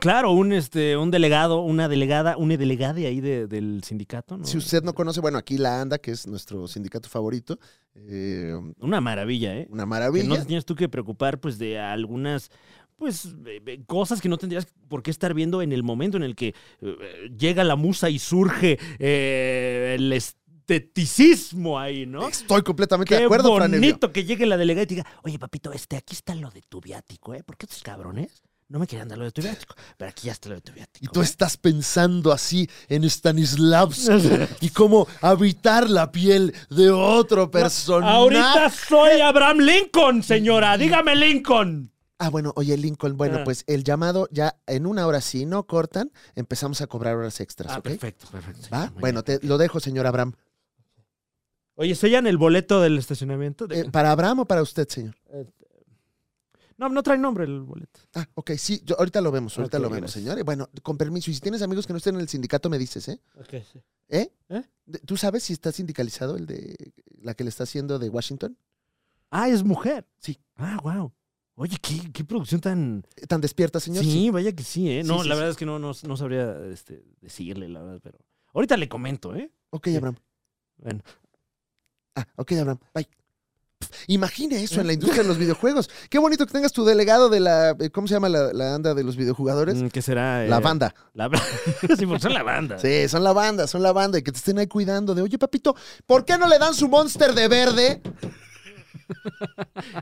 Claro, un este, un delegado, una delegada, un delegade ahí de- del sindicato, ¿no?
Si usted no conoce, bueno, aquí la ANDA, que es nuestro sindicato favorito, eh,
Una maravilla, ¿eh?
una
Que no
maravilla.
te tienes tú que preocupar, pues, de algunas, pues, eh, eh, cosas que no tendrías por qué estar viendo en el momento en el que eh, llega la musa y surge eh, el esteticismo ahí, ¿no?
Estoy completamente
Qué
de acuerdo, Franevia.
bonito que llegue la delegada y te diga, oye, papito, este, aquí está lo de tu viático, ¿eh? Porque estos cabrones no me querían dar lo de tu viático, pero aquí ya está lo de tu viático.
Y tú
¿eh?".
estás pensando así en Stanislavski y cómo habitar la piel de otro personaje.
Ahorita soy Abraham Lincoln, señora. Dígame Lincoln.
Ah, bueno, oye, Lincoln, bueno,
Ah.
pues el llamado ya en una hora, si no cortan,
Ah,
empezamos a cobrar horas extras, ¿ok?
perfecto, perfecto.
¿Va? Bueno, te lo dejo, señor Abraham.
Oye, ¿sellan el boleto del estacionamiento? De-
Eh, ¿Para Abraham o para usted, señor?
No, no trae nombre el boleto.
Ah, ok, sí, yo- ahorita lo vemos, ahorita
Ok,
lo vemos,
gracias.
señor. Y Bueno, con permiso, y si tienes amigos que no estén en el sindicato, me dices, ¿eh? ¿Eh?
¿Eh?
De- ¿Tú sabes si está sindicalizado el de la que le está haciendo de Washington?
Ah, es mujer.
Sí.
Ah, wow. Oye, qué, qué producción tan.
Eh, ¿Tan despierta, señor?
sí, vaya que sí, ¿eh?
Sí,
No,
sí,
la
sí.
verdad es que no, no, no sabría este, decirle, la verdad, pero. Ahorita le comento, ¿eh?
Ok, Abraham.
Bueno.
Ah, ok, Abraham. Bye. Pf, Imagine eso en la industria de los videojuegos. Qué bonito que tengas tu delegado de la. eh, ¿Cómo se llama la, la anda de los videojugadores?
Mm, ¿Qué será? eh,
La banda.
la- sí, porque son la banda.
Sí, son la banda, son la banda. Y que te estén ahí cuidando de, oye, papito, ¿por qué no le dan su monster de verde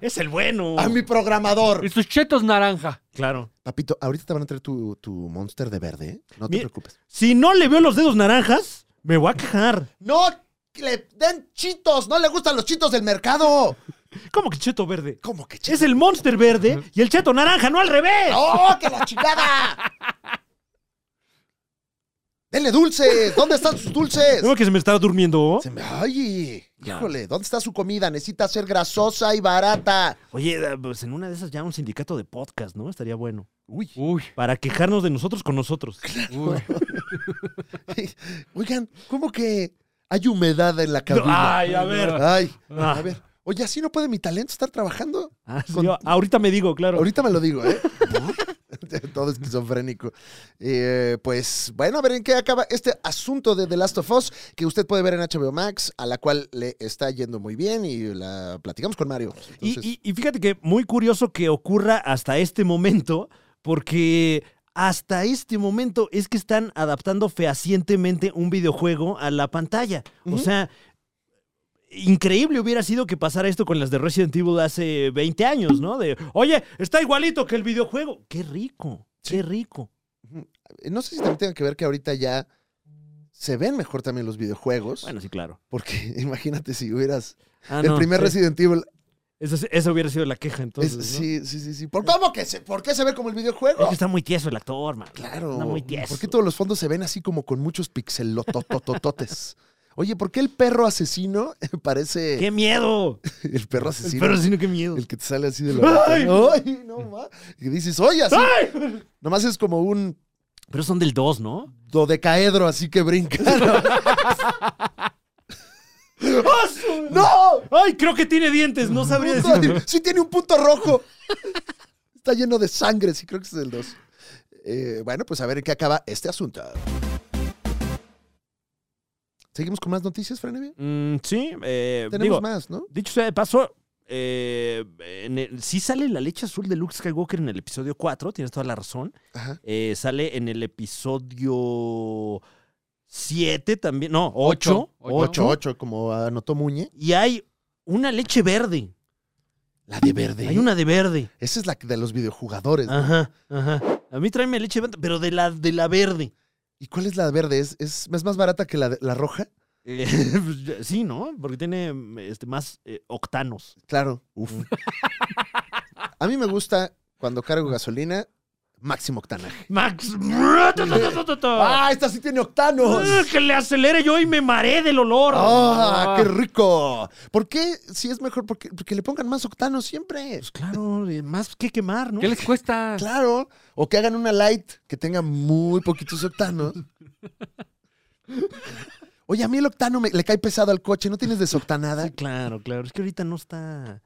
Es el bueno.
a Ah, mi programador?
Y sus chetos naranja.
Claro.
Papito, ahorita te van a traer tu, tu monster de verde, ¿eh? No te
Mi-
preocupes.
Si no le veo los dedos naranjas, me voy a quejar.
¡No! que ¡Le den chitos! ¡No le gustan los chitos del mercado!
¿Cómo que cheto verde?
¿Cómo que
Es el monster verde y el cheto naranja, no al revés.
¡Oh, que la chingada! ¡Denle dulces! ¿Dónde están sus dulces?
¿Cómo que se me estaba durmiendo?
Se me... ¡Ay! Híjole, ¿dónde está su comida? Necesita ser grasosa y barata.
Oye, eh, pues en una de esas ya un sindicato de podcast, ¿no? Estaría bueno.
Uy.
Uy,
Para quejarnos de nosotros con nosotros.
uy.
Oigan, ¿cómo que hay humedad en la cabina?
Ay, a ver.
Ay,
Ah.
a ver. Oye, así no puede mi talento estar trabajando.
Ah, sí,
Con-
yo- ahorita me digo, claro.
Ahorita me lo digo, ¿eh? Todo esquizofrénico. Eh, pues bueno, a ver en qué acaba este asunto de The Last of Us que usted puede ver en HBO Max, a la cual le está yendo muy bien y la platicamos con Mario.
Y-
Entonces,
y, y fíjate que muy curioso que ocurra hasta este momento, porque hasta este momento es que están adaptando fehacientemente un videojuego a la pantalla. O
Ujú.
sea, increíble hubiera sido que pasara esto con las de Resident Evil hace 20 años, ¿no? De, oye, está igualito que el videojuego. Qué rico, qué rico.
no sé si también tenga que ver que ahorita ya se ven mejor también los videojuegos,
Bueno, sí, claro.
porque imagínate si hubieras
Ah,
el
no,
primer
eh,
Resident Evil.
esa, esa hubiera sido la queja
es-
entonces. ¿no?
Sí, sí, sí, sí. ¿Por, ¿Cómo que se, ¿Por qué se ve como el videojuego?
Es que está muy tieso el actor, man.
Claro.
Está muy tieso.
¿Por qué todos los fondos se ven así como con muchos pixelototototes? Oye, ¿por qué el perro asesino parece
¡Qué miedo!
el perro
El
asesino?
perro sino qué miedo.
El que te sale así de la
¡Ay!
ventana. ¡Ay, no más! Y dices, oye, así. Nomás es como un
Pero son del 2, ¿no?
dodecaedro así que brinca.
¡Oh,
¡No!
¡Ay, creo que tiene dientes! No sabría
¡No!
decir.
Sí tiene un punto rojo. Está lleno de sangre, sí creo que es el 2. bueno, pues a ver en qué acaba este asunto. ¿Seguimos con más noticias, Franevia?
Mm, sí, eh,
Tenemos
digo,
más, ¿no?
dicho sea de paso, eh, en el- sí sale la leche azul de Luke Skywalker en el episodio 4, tienes toda la razón.
Ajá.
Eh, sale en el episodio 7 también, no, 8.
Ocho, ocho.
8-8, como anotó Muñe.
Y hay una leche verde.
La de verde.
Hay una de verde.
Esa es la de los videojugadores. ¿no?
Ajá, ajá. A mí tráeme leche verde, pero de la, de la verde.
¿Y cuál es la de verde? ¿Es, es, es más barata que la, de- la roja?
Eh, pues, sí, ¿no? Porque tiene este, más eh, octanos.
Claro. Uf. A mí me gusta cuando cargo gasolina, máximo octanaje.
Max.
¡Ah, esta sí tiene octanos!
Que le acelere yo y me mareé del olor.
¡Ah, qué rico! ¿Por qué? Si es mejor, porque, porque le pongan más octanos siempre.
Pues claro, eh, más que quemar, ¿no?
¿Qué les cuesta?
Claro. O que hagan una light que tenga muy poquitos octanos. Oye, a mí el octano me- le cae pesado al coche. ¿No tienes desoctanada?
Sí, claro, claro. Es que ahorita no está.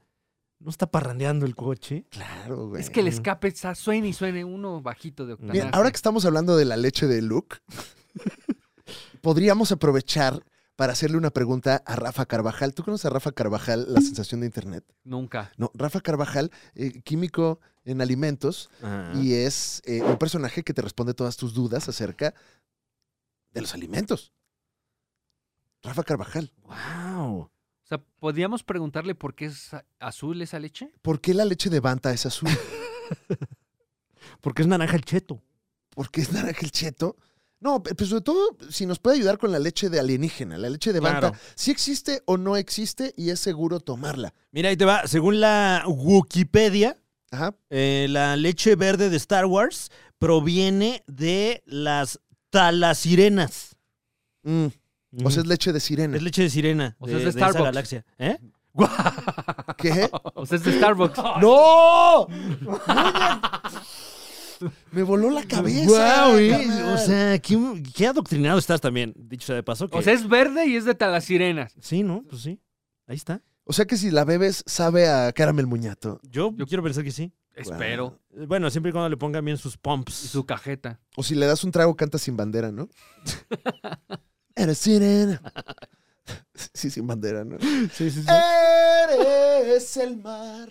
No está parrandeando el coche.
Claro, güey.
Es que el escape está suene y suene uno bajito de octanaje.
Mira, ahora que estamos hablando de la leche de Luke, podríamos aprovechar para hacerle una pregunta a Rafa Carvajal. ¿Tú conoces a Rafa Carvajal, la sensación de Internet?
Nunca.
No, Rafa Carvajal, eh, químico en alimentos, y es eh, un personaje que te responde todas tus dudas acerca de los alimentos. Rafa Carvajal,
Wow.
O sea, ¿podríamos preguntarle por qué es a- azul esa leche?
¿por qué la leche de Banta es azul?
Porque es naranja el cheto.
¿Por qué es naranja el cheto? No, pe- pues sobre todo si nos puede ayudar con la leche de alienígena, la leche de Banta,
Claro.
si existe o no existe y es seguro tomarla.
Mira, ahí te va. Según la Wikipedia,
Ajá.
eh, la leche verde de Star Wars proviene de las talasirenas.
Mm. O sea, es leche de sirena.
Es leche de sirena.
O
de,
sea, es de
de esa
Starbucks.
galaxia. ¿Eh?
¿Qué?
O sea, es de Starbucks.
¡No! Me voló la cabeza.
Guau, eh.
carnal.
O sea, ¿qué, qué adoctrinado estás también, dicho sea de paso. que-
O sea, es verde y es de Talasirenas.
sí, ¿no? Pues sí. Ahí está.
O sea que si la bebes, sabe a caramel muñato.
Yo, quiero pensar que sí.
Espero.
Eh, Bueno, siempre y cuando le pongan bien sus pumps.
Y su cajeta.
O si le das un trago, canta sin bandera, ¿no? Eres sirena. Sí, sin bandera, ¿no?
Sí, sí, sí.
Eres el mar.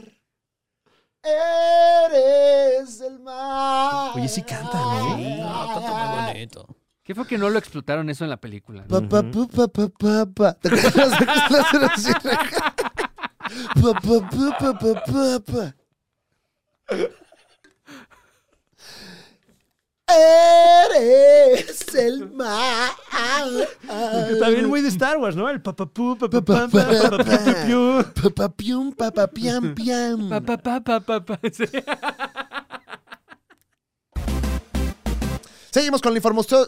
Eres el mar.
Oye, sí canta, ¿no?
No, canta Ah, muy bonito.
¿Qué fue que no lo explotaron eso en la película?
Pa, pa, pu, pa, pa, pa, pa. ¿Te acuerdas de que la hacen así? Pa, pa, pu, pa, pa, pa, pa. Eres el mar.
También muy de Star Wars, ¿no? El papapú, papapam,
Papapá.
papapiu.
Pa, pa, pium, pa, pa, piam, piam.
Pa, pa, pa, pa, pa, pa. Sí.
Seguimos con la información.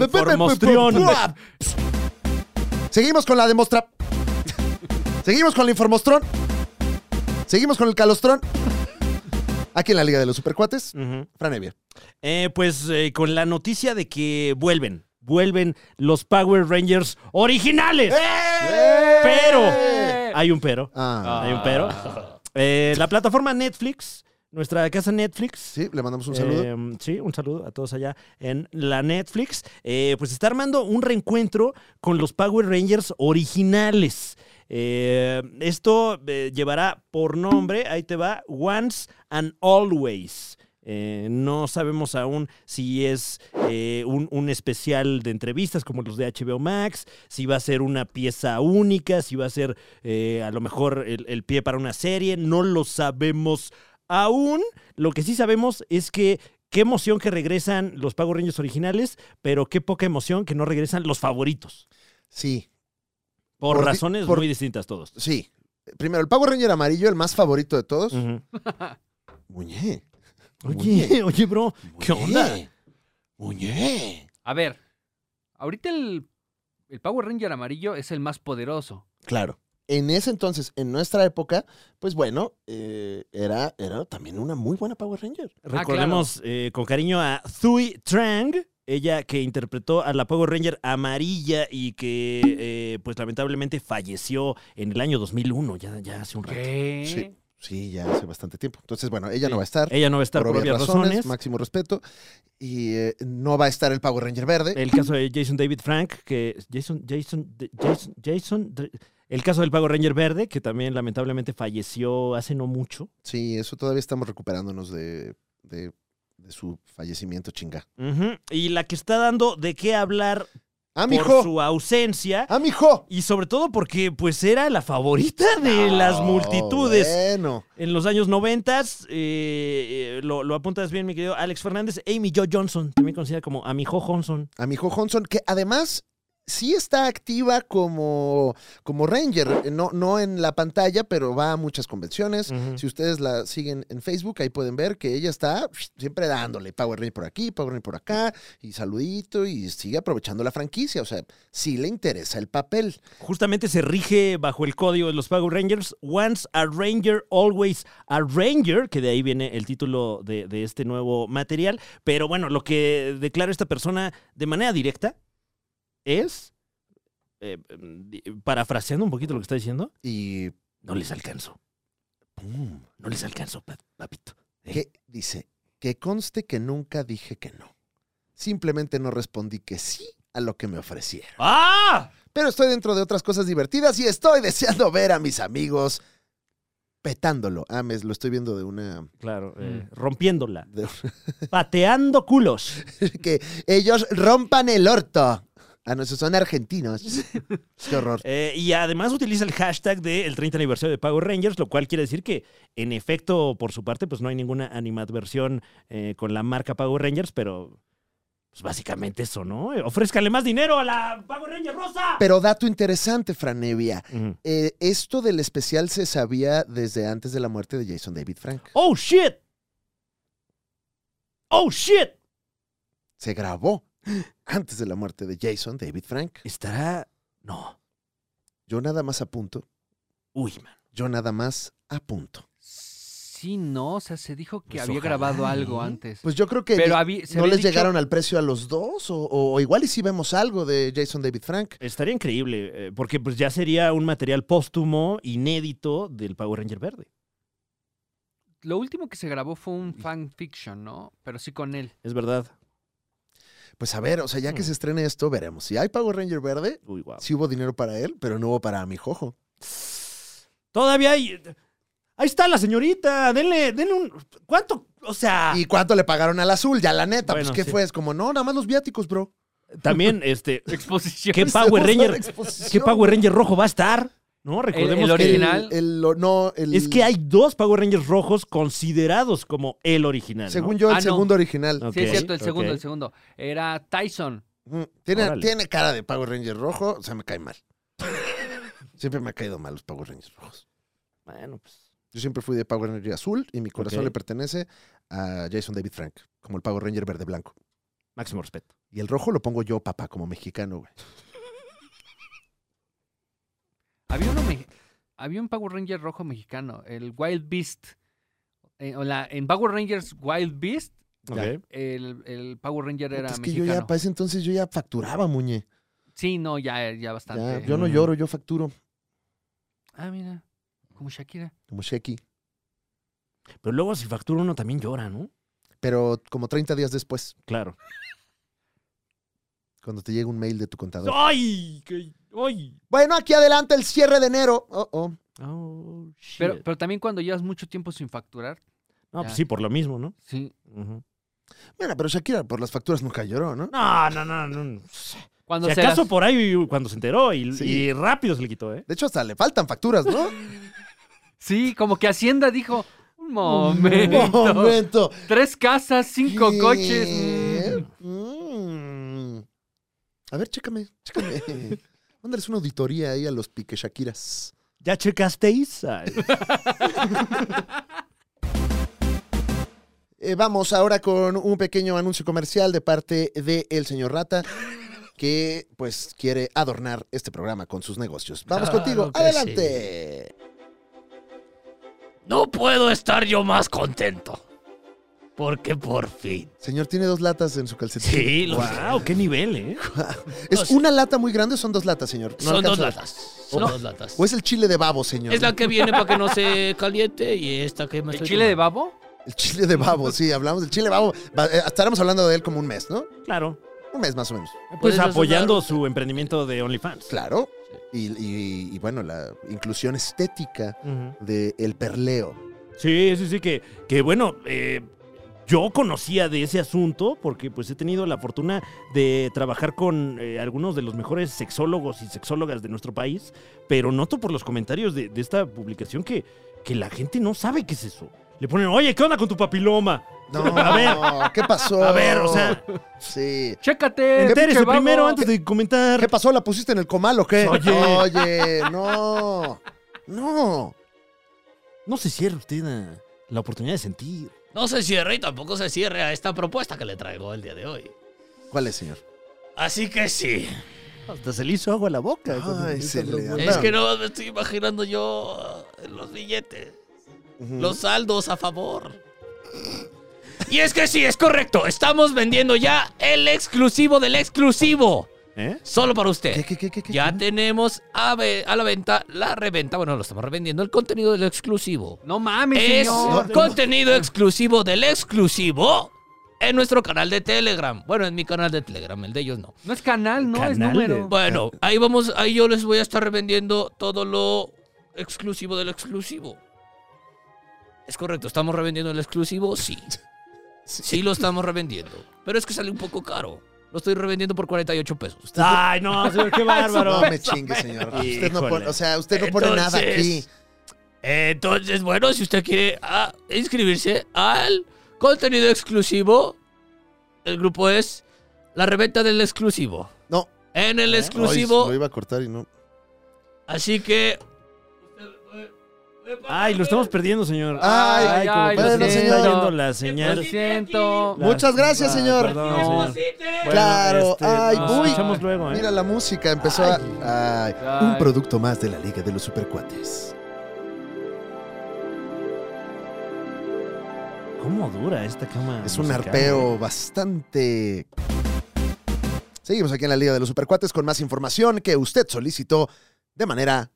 Informostrión.
Seguimos con la demostra. Seguimos con la informostrón. Seguimos con el calostrón. Aquí en la Liga de los Supercuates,
Ujú.
Fran Evia.
Eh, pues eh, con la noticia de que vuelven. Vuelven los Power Rangers originales. Pero. Hay un pero.
Ah,
Hay un pero. Eh, la plataforma Netflix, nuestra casa Netflix,
sí, le mandamos un saludo.
Eh, sí, un saludo a todos allá en la Netflix. Eh, pues está armando un reencuentro con los Power Rangers originales. Eh, esto eh, llevará por nombre, ahí te va, Once and Always. Eh, no sabemos aún si es eh, un, un especial de entrevistas como los de HBO Max, si va a ser una pieza única, si va a ser eh, a lo mejor el, el pie para una serie, no lo sabemos aún. Lo que sí sabemos es que qué emoción que regresan los Power Rangers originales, pero qué poca emoción que no regresan los favoritos.
Sí,
Por,
Por di-
razones
por-
muy distintas todos.
sí. Primero, el Power Ranger amarillo, el más favorito de todos.
Ujú.
Muñe.
Oye, oye, bro,
Ah,
¿qué onda?
Muñe.
A ver. Ahorita el, el Power Ranger amarillo es el más poderoso.
Claro. En ese entonces, en nuestra época, pues bueno, eh, era, era también una muy buena Power Ranger.
Recordemos eh, con cariño a Thuy Trang, ella que interpretó a la Power Ranger amarilla y que, eh, pues lamentablemente, falleció en el año 2001, ya, ya hace un rato.
¿Qué?
Sí. Sí, ya hace bastante tiempo. Entonces, bueno, ella no va a estar.
Ella no va a estar por, obvias razones.
máximo respeto. Y eh, no va a estar el Power Ranger verde.
El caso de Jason David Frank, que Jason, Jason, de- Jason, Jason, de- el caso del Pago Ranger Verde, que también lamentablemente falleció hace no mucho.
Sí, eso todavía estamos recuperándonos de, de- de su fallecimiento, chinga.
Ujú. Y la que está dando de qué hablar
¡Ah,
por
mijo!
su ausencia.
¡Ah, mijo!
Y sobre todo porque pues era la favorita de las
Oh,
multitudes
Bueno,
en los años noventas. eh, eh, lo, lo apuntas bien, mi querido Alex Fernández. Amy Jo Johnson, también conocida como Amijo Johnson.
a mijo Johnson, que además sí está activa como, como Ranger. eh, No, no en la pantalla, pero va a muchas convenciones.
Ujú.
Si ustedes la siguen en Facebook, ahí pueden ver que ella está siempre dándole Power Ranger por aquí, Power Ranger por acá, y saludito, y sigue aprovechando la franquicia. O sea, sí le interesa el papel.
justamente se rige bajo el código de los Power Rangers, Once a Ranger, Always a Ranger, que de ahí viene el título de, de este nuevo material. Pero bueno, lo que declara esta persona de manera directa es, eh, di- parafraseando un poquito lo que está diciendo,
Y.
no les alcanzo,
¡pum!
no les alcanzo, pa- papito.
que dice? Que conste que nunca dije que no. Simplemente no respondí que sí a lo que me ofrecieron.
¡Ah!
Pero estoy dentro de otras cosas divertidas y estoy deseando ver a mis amigos petándolo. Ah, me- lo estoy viendo de una.
Claro, eh, rompiéndola,
de-
pateando culos.
que ellos rompan el orto. Ah, no, esos son argentinos. Qué horror.
Eh, y además utiliza el hashtag del 30 aniversario de Power Rangers, lo cual quiere decir que, en efecto, por su parte, pues no hay ninguna animadversión eh, con la marca Power Rangers, pero pues básicamente eso, ¿no? Eh, Ofrézcale más dinero a la Power Ranger Rosa.
Pero dato interesante, Franevia.
Ujú.
Eh, esto del especial se sabía desde antes de la muerte de Jason David Frank.
¡Oh, shit! ¡Oh, shit!
Se grabó. antes de la muerte de Jason, David Frank.
Estará. No.
Yo nada más apunto.
Uy, man.
Yo nada más apunto.
Sí, no, o sea, se dijo que
Pues
había
ojalá,
grabado algo
¿no?
antes.
Pues yo creo que
pero
ni-
habí- se
no
había
les
dicho-
llegaron al precio a los dos, o, o igual y si vemos algo de Jason David Frank.
Estaría increíble, eh, porque pues ya sería un material póstumo, inédito, del Power Ranger Verde.
Lo último que se grabó fue un fanfiction, ¿no? Pero sí con él.
Es verdad.
Pues a ver, o sea, ya que
Hmm.
Mm.
se estrene esto, veremos. Si hay Power Ranger verde,
Uy, wow.
sí hubo dinero para él, pero no hubo para mi jojo.
Todavía hay. Ahí está la señorita. Denle, denle un. ¿Cuánto? O sea.
Ah.
¿Y cuánto le pagaron al azul? Ya la neta,
Bueno,
pues ¿qué
sí.
fue? Es como, no, nada más los viáticos, bro.
También, este.
Exposición.
¿Qué
Vamos
Power
a la
Ranger?
exposición.
¿Qué Power Ranger rojo va a estar? ¿No? Recordemos
el
que.
El-
original?
el- lo- no, el-
Es que hay dos Power Rangers rojos considerados como el original. ¿no?
Según yo, el
Ah, no.
segundo original.
Ok,
Sí, es cierto, el
ok.
segundo, el segundo. Era Tyson.
Mm, Tiene,
Órale.
tiene cara de Power Ranger rojo, o sea, me cae mal. siempre me ha caído mal los Power Rangers rojos.
Bueno, pues.
Yo siempre fui de Power Ranger azul y mi corazón
Ok.
le pertenece a Jason David Frank, como el Power Ranger verde blanco.
Máximo respeto.
Y el rojo lo pongo yo, papá, como mexicano, güey.
Había uno me- había un Power Ranger rojo mexicano, el Wild Beast. En, o la- en Power Rangers Wild Beast,
Ok.
el, el Power Ranger era
pues es que yo ya,
mexicano.
para ese entonces yo ya facturaba, muñe.
Sí, no, ya, eh, ya
Ya,
bastante.
yo no
Mm.
lloro, yo facturo.
Ah, mira, como Shakira.
Como Sheki.
Pero luego, si factura uno, también llora, ¿no?
Pero como 30 días después,
Claro.
cuando te llega un mail de tu contador.
¡Ay! que- ¡Ay!
Bueno, aquí adelante el cierre de enero. Oh, oh.
Oh, shit.
Pero, pero también cuando llevas mucho tiempo sin facturar,
no,
ya.
pues sí, por lo mismo, ¿no?
sí.
Ujú.
Mira, pero Shakira por las facturas nunca lloró, ¿no?
No, no, no, no.
Cuando
si
se las-
acaso por ahí cuando se enteró y,
Sí.
y rápido se le quitó, ¿eh?
De hecho, hasta le faltan facturas, ¿no?
Sí, como que Hacienda dijo, un momento.
momento.
Tres casas, cinco
¿Qué?
coches. mm".
Mm. A ver, chécame, chécame. Mándales una auditoría ahí a los pique Shakiras.
¿Ya checasteis? Ay.
Eh, vamos ahora con un pequeño anuncio comercial de parte de el señor Rata, que pues quiere adornar este programa con sus negocios.
Ah,
Vamos
Claro
contigo,
que
adelante.
No puedo estar yo más contento. Porque por fin.
Señor, tiene dos latas en su calcetín.
Sí, lo sé.
¡Wow! ¡Qué nivel, eh!
¿Es una lata muy grande o son dos latas, señor? No
Son dos
alcanzo a-
latas. Son
No.
dos latas.
¿O es el chile de babo, señor?
Es la que viene para que no se caliente y esta que me
¿El
estoy
chile de
tomando.
babo?
El chile de babo, sí, hablamos del chile de babo. Va- eh, Estaremos hablando de él como un mes, ¿no?
Claro.
Un mes más o menos.
Pues
Puedes
apoyando su emprendimiento de OnlyFans.
Claro. Y, y- y, bueno, la inclusión estética
Ujú.
del el perleo.
Sí, sí, sí, que, que bueno, eh, yo conocía de ese asunto porque pues he tenido la fortuna de trabajar con eh, algunos de los mejores sexólogos y sexólogas de nuestro país, pero noto por los comentarios de, de esta publicación que, que la gente no sabe qué es eso. Le ponen, oye, ¿qué onda con tu papiloma?
No,
A ver.
¿qué pasó?
A ver, o sea,
Oh. Sí.
Chécate.
entérese
pinche babo.
primero antes de
¿Qué
comentar.
pasó? ¿La pusiste en el comal o qué?
Oye.
Oye, no. No.
No se cierre usted a la oportunidad de sentir.
No se cierre y tampoco se cierre a esta propuesta que le traigo el día de hoy.
¿Cuál es, señor?
Así que sí.
Hasta se le hizo agua a la boca.
Ay, cuando se le hizo
Es
¿Eh?
Claro.
que no me estoy imaginando yo eh, los billetes,
Ujú.
los saldos a favor. Y es que sí, es correcto. Estamos vendiendo ya el exclusivo del exclusivo.
¿Eh?
Solo para
¿Qué,
usted.
qué, qué, qué, qué?
Ya tenemos a, ve- a la venta la reventa. Bueno, lo estamos revendiendo el contenido del exclusivo.
No mames,
Es
señor.
contenido exclusivo del exclusivo en nuestro canal de Telegram. Bueno, en mi canal de Telegram, el de ellos no.
No es canal, no es
Canal de-
número.
Bueno, ahí vamos, ahí yo les voy a estar revendiendo todo lo exclusivo del exclusivo. Es correcto, estamos revendiendo el exclusivo, sí.
Sí.
Sí lo estamos revendiendo. Pero es que sale un poco caro. Lo estoy revendiendo por 48 pesos.
Usted no-
Ay, no, señor, qué bárbaro.
no, me chingue, señor. Usted no
Híjole.
pone, o sea, usted no pone nada aquí.
Entonces- Entonces, bueno, si usted quiere ah, inscribirse al contenido exclusivo, el grupo es la reventa del exclusivo.
No.
En el
Ay,
exclusivo
lo iba a cortar y no.
Así que
Ay, lo estamos perdiendo, señor. ay,
Ay,
como
ay,
que
lo
se nos
siento.
está yendo la
Lo
señal.
siento.
La-
Muchas gracias,
Ah,
señor.
perdón,
No,
señor. Bueno, este,
Claro, ay,
nos
uy.
escuchamos luego, ¿eh?
Mira la música, empezó a. ay,
Ay.
un producto más de la Liga de los Supercuates.
¿Cómo dura esta cama?
Es un
musical?
arpeo bastante. Seguimos aquí en la Liga de los Supercuates con más información que usted solicitó de manera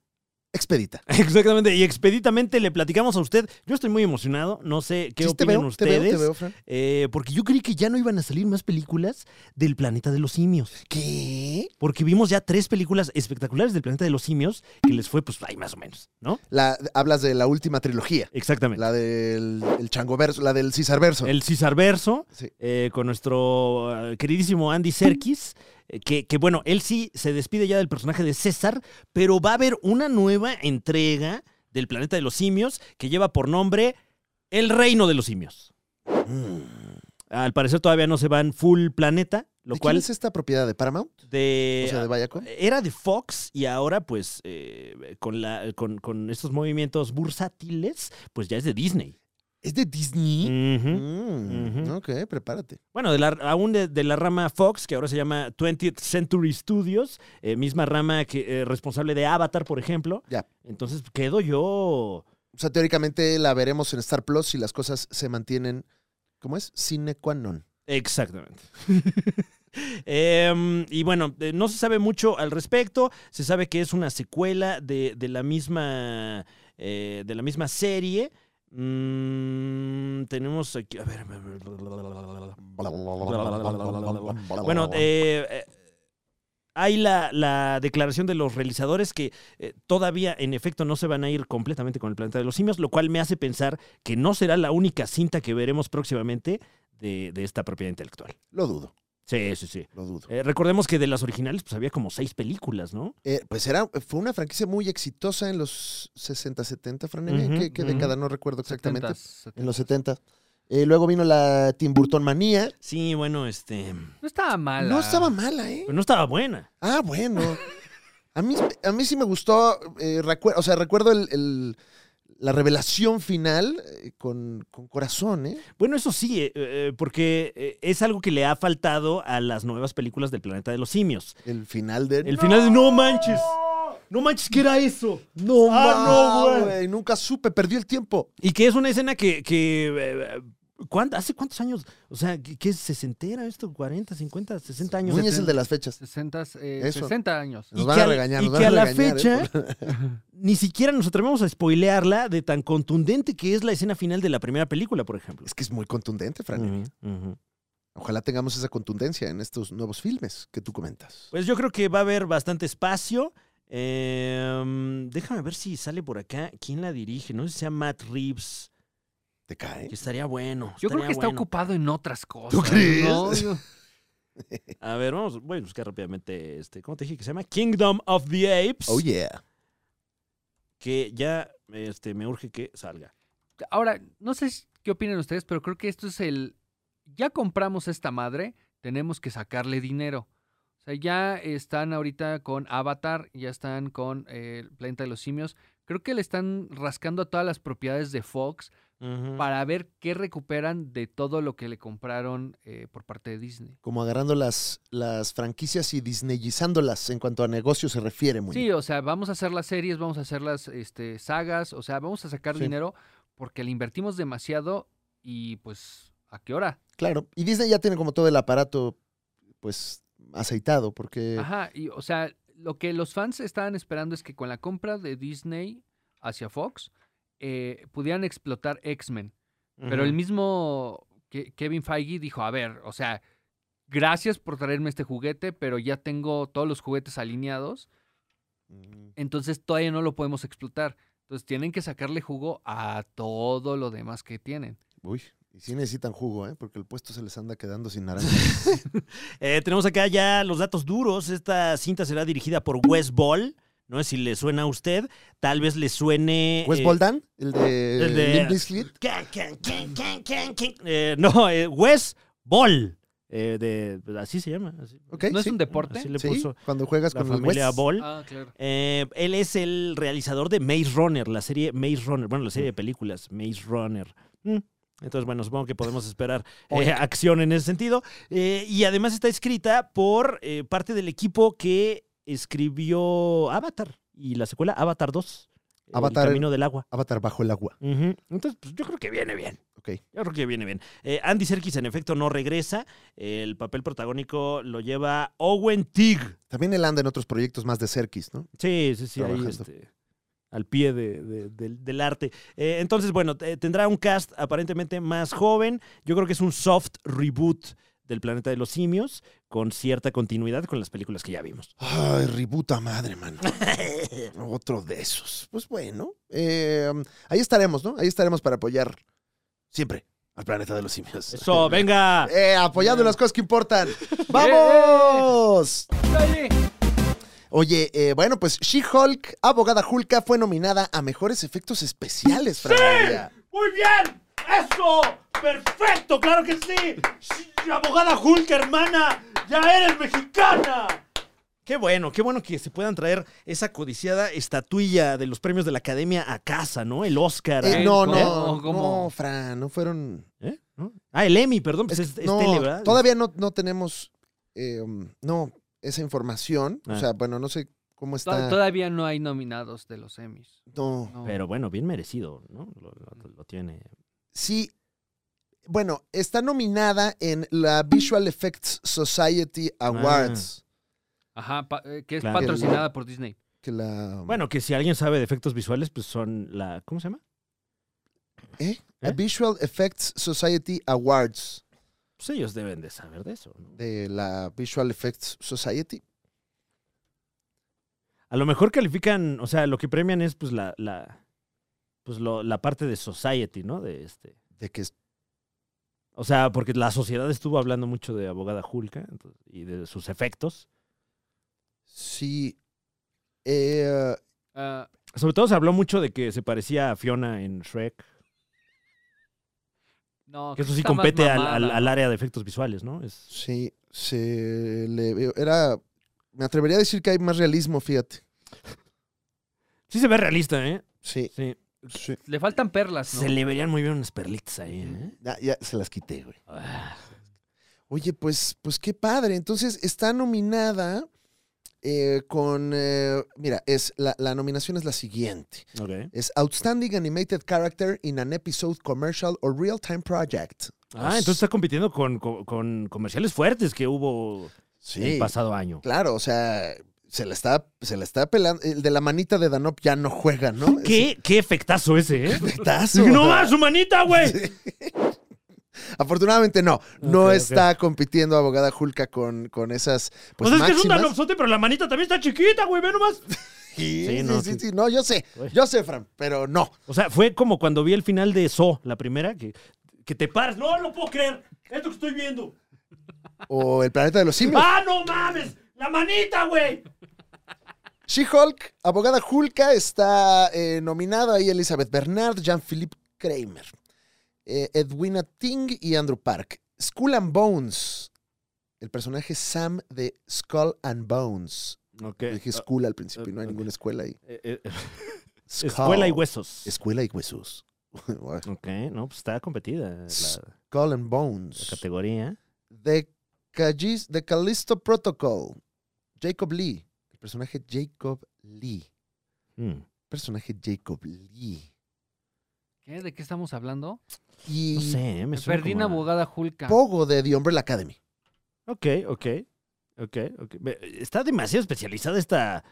expedita.
Exactamente, y expeditamente le platicamos a usted. Yo estoy muy emocionado, no sé qué
Sí, te
opinan
veo, te
ustedes.
veo, te veo, Fran.
eh, porque yo creí que ya no iban a salir más películas del planeta de los simios.
¿Qué?
Porque vimos ya tres películas espectaculares del planeta de los simios que les fue, pues, ahí más o menos, ¿no?
La, hablas de la última trilogía,
Exactamente.
la del el changoverso, la del cisarverso.
El Cisarverso,
Sí.
eh, con nuestro eh, queridísimo Andy Serkis, eh, que, que, bueno, él sí se despide ya del personaje de César, pero va a haber una nueva entrega del planeta de los simios que lleva por nombre El Reino de los Simios. Al parecer todavía no se van full planeta, lo
Mm. ¿De
cual Eh,
quién es esta propiedad de Paramount?
de,
o sea, de Viacom.
era de Fox y ahora pues eh, con, la, con, con estos movimientos bursátiles pues ya es de Disney.
¿Es de Disney?
Ujú.
Mm,
Ujú.
Ok, prepárate.
Bueno, de la, aún de, de la rama Fox, que ahora se llama 20th Century Studios, eh, misma rama que eh, responsable de Avatar, por ejemplo.
Ya.
Entonces quedo yo.
O sea, teóricamente la veremos en Star Plus si las cosas se mantienen, ¿cómo es? Sine qua non.
Exactamente. Em, y bueno, eh, no se sabe mucho al respecto. Se sabe que es una secuela de, de la misma. eh, de la misma serie. Mm, tenemos aquí. A ver. Bueno, eh, eh, hay la, la declaración de los realizadores que eh, todavía, en efecto, no se van a ir completamente con el planeta de los simios, lo cual me hace pensar que no será la única cinta que veremos próximamente de, de esta propiedad intelectual.
Lo dudo,
Sí, sí, sí.
lo dudo.
Eh, recordemos que de las originales pues, había como seis películas, ¿no?
Eh, pues era, fue una franquicia muy exitosa en los 60, 70, Fran. Evia.
Ujú,
¿Qué, qué
ujú.
década? No recuerdo exactamente.
70s.
En los 70. Eh, luego vino la Tim Burton Manía.
Sí, bueno, este.
No estaba ah, mala.
No estaba mala, ¿eh?
Pero no estaba buena.
Ah, bueno. A mí, a mí sí me gustó, eh, recuer- o sea, recuerdo el- el- la revelación final eh, con, con corazón, ¿eh?
Bueno, eso sí, eh, eh, porque eh, es algo que le ha faltado a las nuevas películas del planeta de los simios.
El final de...
El final de No manches. No manches, ¿qué era eso?
No,
Ah,
ma-
no, güey.
güey, Nunca supe, perdí el tiempo.
Y que es una escena que. que eh, ¿cuándo- ¿Hace cuántos años? O sea, ¿qué, qué es sesentera esto? ¿40, 50, 60 años?
Muñe es el de las fechas.
60,
Eso.
60 eh, años.
Nos
Y
van
que
a
al-
regañar,
y
nos van
que
a
a la
regañar, ¿eh?
fecha ni siquiera nos atrevemos a spoilearla de tan contundente que es la escena final de la primera película, por ejemplo.
Es que es muy contundente, Fran.
Ujú, ujú.
Ojalá tengamos esa contundencia en estos nuevos filmes que tú comentas.
Pues yo creo que va a haber bastante espacio. Em, déjame ver si sale por acá. ¿Quién la dirige? No sé si sea Matt Reeves.
¿Te cae?
Que estaría bueno.
Yo creo
estaría
que está
bueno.
ocupado en otras cosas.
crees?
¿no? Yo-
A ver, vamos, voy a buscar rápidamente este. ¿Cómo te dije que se llama? Kingdom of the Apes.
Oh, yeah.
Que ya este, me urge que salga.
Ahora, no sé si- qué opinan ustedes, pero creo que esto es el. Ya compramos esta madre, tenemos que sacarle dinero. O sea, ya están ahorita con Avatar, ya están con eh, el Planeta de los Simios. Creo que le están rascando a todas las propiedades de Fox para ver qué recuperan de todo lo que le compraron eh, por parte de Disney.
Como agarrando las, las franquicias y disneyizándolas en cuanto a negocio se refiere, Muñe.
Sí, o sea, vamos a hacer las series, vamos a hacer las este, sagas, o sea, vamos a sacar
Sí.
dinero porque le invertimos demasiado y pues, ¿a qué hora?
Claro. Y Disney ya tiene como todo el aparato, pues, aceitado, porque...
Ajá, y o sea, lo que los fans estaban esperando es que con la compra de Disney hacia Fox eh, pudieran explotar X-Men. Pero el mismo Ke- Kevin Feige dijo, a ver, o sea, gracias por traerme este juguete, pero ya tengo todos los juguetes alineados,
Mm.
entonces todavía no lo podemos explotar. Entonces tienen que sacarle jugo a todo lo demás que tienen.
Uy. Y sí necesitan jugo, ¿eh? Porque el puesto se les anda quedando sin naranja.
Eh, tenemos acá ya los datos duros. Esta cinta será dirigida por Wes Ball. No sé si le suena a usted. Tal vez le suene.
¿Wes
eh,
Boldan? ¿El de,
el de-
Limp Bizkit?
can, can, can, can, can, can. Eh, no, eh, Wes Ball. eh, de, así se llama. así.
Ok,
¿No es
sí.
un deporte?
Así le
Sí,
puso
cuando juegas
la
con el
familia
West.
Ball.
Ah, claro.
Eh, él es el realizador de Maze Runner, la serie Maze Runner, bueno, la serie de películas Maze Runner. Mm. Entonces, bueno, supongo que podemos esperar eh, acción en ese sentido. Eh, y además está escrita por eh, parte del equipo que escribió Avatar y la secuela Avatar 2.
Avatar-
El camino del agua.
Avatar bajo el agua.
Ujú. Entonces, pues, yo creo que viene bien.
Ok.
Yo creo que viene bien. Eh, Andy Serkis, en efecto, no regresa. El papel protagónico lo lleva Owen Tigg.
También él anda en otros proyectos más de Serkis, ¿no?
Sí, sí, sí, ahí,
Trabajando.
este, al pie de- de- del, del arte. Eh, entonces, bueno, te- tendrá un cast aparentemente más joven. Yo creo que es un soft reboot del planeta de los simios, con cierta continuidad con las películas que ya vimos.
Ay, ributa madre, mano. Otro de esos. Pues bueno, eh, ahí estaremos, ¿no? Ahí estaremos para apoyar siempre al planeta de los simios.
Eso, venga.
Eh, apoyando las cosas que importan. ¡Vamos!
¡Dale!
Oye, eh, bueno, pues She-Hulk, abogada Hulka, fue nominada a mejores efectos especiales, Fran Evia.
Muy bien, eso, perfecto, claro que sí. Sí, Abogada Hulk, hermana, ya eres mexicana. Qué bueno, qué bueno que se puedan traer esa codiciada estatuilla de los premios de la academia a casa, ¿no? El Oscar.
Eh,
Ay,
no,
¿cómo?
no,
¿Cómo?
no, Fran, no fueron.
¿Eh? ¿No? Ah, el Emmy, perdón, pues
Es
es,
que
es
no,
tele, ¿verdad?
todavía no, no tenemos, eh, no, esa información. O
Ah.
sea, bueno, no sé cómo
To-
está.
Todavía no hay nominados de los Emmys.
No.
No.
Pero bueno, bien merecido, ¿no? Lo, lo- lo tiene.
Sí. Bueno, está nominada en la Visual Effects Society Awards.
Ah.
Ajá, pa- eh, que es
Claro.
patrocinada por Disney.
Que la. um,
Bueno, que si alguien sabe de efectos visuales, pues son la. ¿Cómo se llama?
¿eh? La
¿eh?
Visual Effects Society Awards.
Pues ellos deben de saber de eso, ¿no?
De la Visual Effects Society.
A lo mejor califican, o sea, lo que premian es pues la, la pues lo- la parte de society, ¿no? De este.
De que es-
O sea, porque la sociedad estuvo hablando mucho de abogada Julka entonces, y de sus efectos.
sí. Eh,
Ah,
Sobre todo se habló mucho de que se parecía a Fiona en Shrek.
no,
Que eso
creo
sí
está más
compete al,
mamada,
al-
¿no?
al área de efectos visuales, ¿no? Es,
sí. Se le. Era. Me atrevería a decir que hay más realismo, fíjate.
sí se ve realista, ¿eh?
Sí.
Sí.
sí.
Le faltan perlas, ¿no?
Se le verían muy bien unas perlitas ahí, ¿eh?
Ya, ya se las quité, güey.
Ah,
Oye, pues, pues qué padre. Entonces está nominada eh, con. eh, mira, es la, la nominación es la siguiente:
ok.
es Outstanding Animated Character in an Episode Commercial or Real Time Project.
Ah, entonces está compitiendo con, con- con comerciales fuertes que hubo el
Sí.
pasado año.
Claro, o sea, se la está, se la está pelando. El de la manita de Danop ya no juega, ¿no?
¿Qué, qué efectazo ese, eh?
Es un petazo.
¡No más, su manita, güey!
Afortunadamente no, no
Ok, ok.
está compitiendo abogada Julka con, con esas pues,
Pues es que es un
máximas.
danopsote, pero la manita también está chiquita, güey, ve nomás. Sí,
Sí, sí,
no,
sí,
sí.
sí, no, yo sé,
Güey.
yo sé, Fran, pero no.
O sea, fue como cuando vi el final de So, la primera, que, que te paras. ¡No, no puedo creer! ¡Esto que estoy viendo!
O el planeta de los simios.
¡Ah, no mames! ¡La manita, güey!
She-Hulk, abogada Hulka, está eh, nominada ahí Elizabeth Bernard, Jean-Philippe Kramer, eh, Edwina Ting y Andrew Park. Skull and Bones, el personaje Sam de Skull and Bones.
Ok.
Dije Skull al principio,
ah,
no hay
ok.
ninguna escuela ahí. Skull.
eh, Escuela y huesos.
Escuela y huesos.
Ok, no, pues está competida la, la
Skull and Bones.
categoría.
The, Callis- The Callisto Protocol, Jacob Lee, el personaje Jacob Lee.
Mm.
Personaje Jacob Lee.
¿Qué? ¿De qué estamos hablando?
Y
No sé, ¿eh? me
Me
suena
perdí
como
una
a-
abogada Julka.
Pogo de The Umbrella Academy.
Ok, ok. Ok, ok. Ve, Está demasiado especializada esta,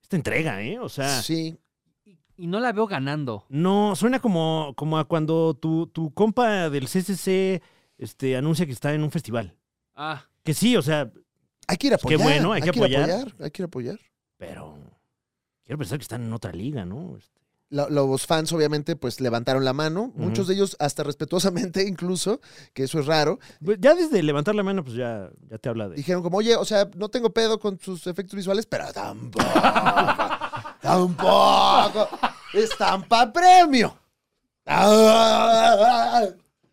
esta entrega, ¿eh? O sea,
Sí.
Y, y no la veo ganando.
no, suena como, como a cuando tu, tu compa del CCC este, anuncia que está en un festival.
Ah,
Que sí, o sea,
Hay que ir a
Qué
apoyar.
bueno, hay que
ir a
apoyar.
Hay que ir a apoyar.
pero quiero pensar que están en otra liga, ¿no? Este,
La- los fans, obviamente, pues levantaron la mano. Muchos de ellos, hasta respetuosamente, incluso, que eso es raro.
pues, ya desde levantar la mano, pues ya, ya te habla de...
Dijeron como, oye, o sea, no tengo pedo con sus efectos visuales, pero tampoco. tampoco. Estampa premio. Ah.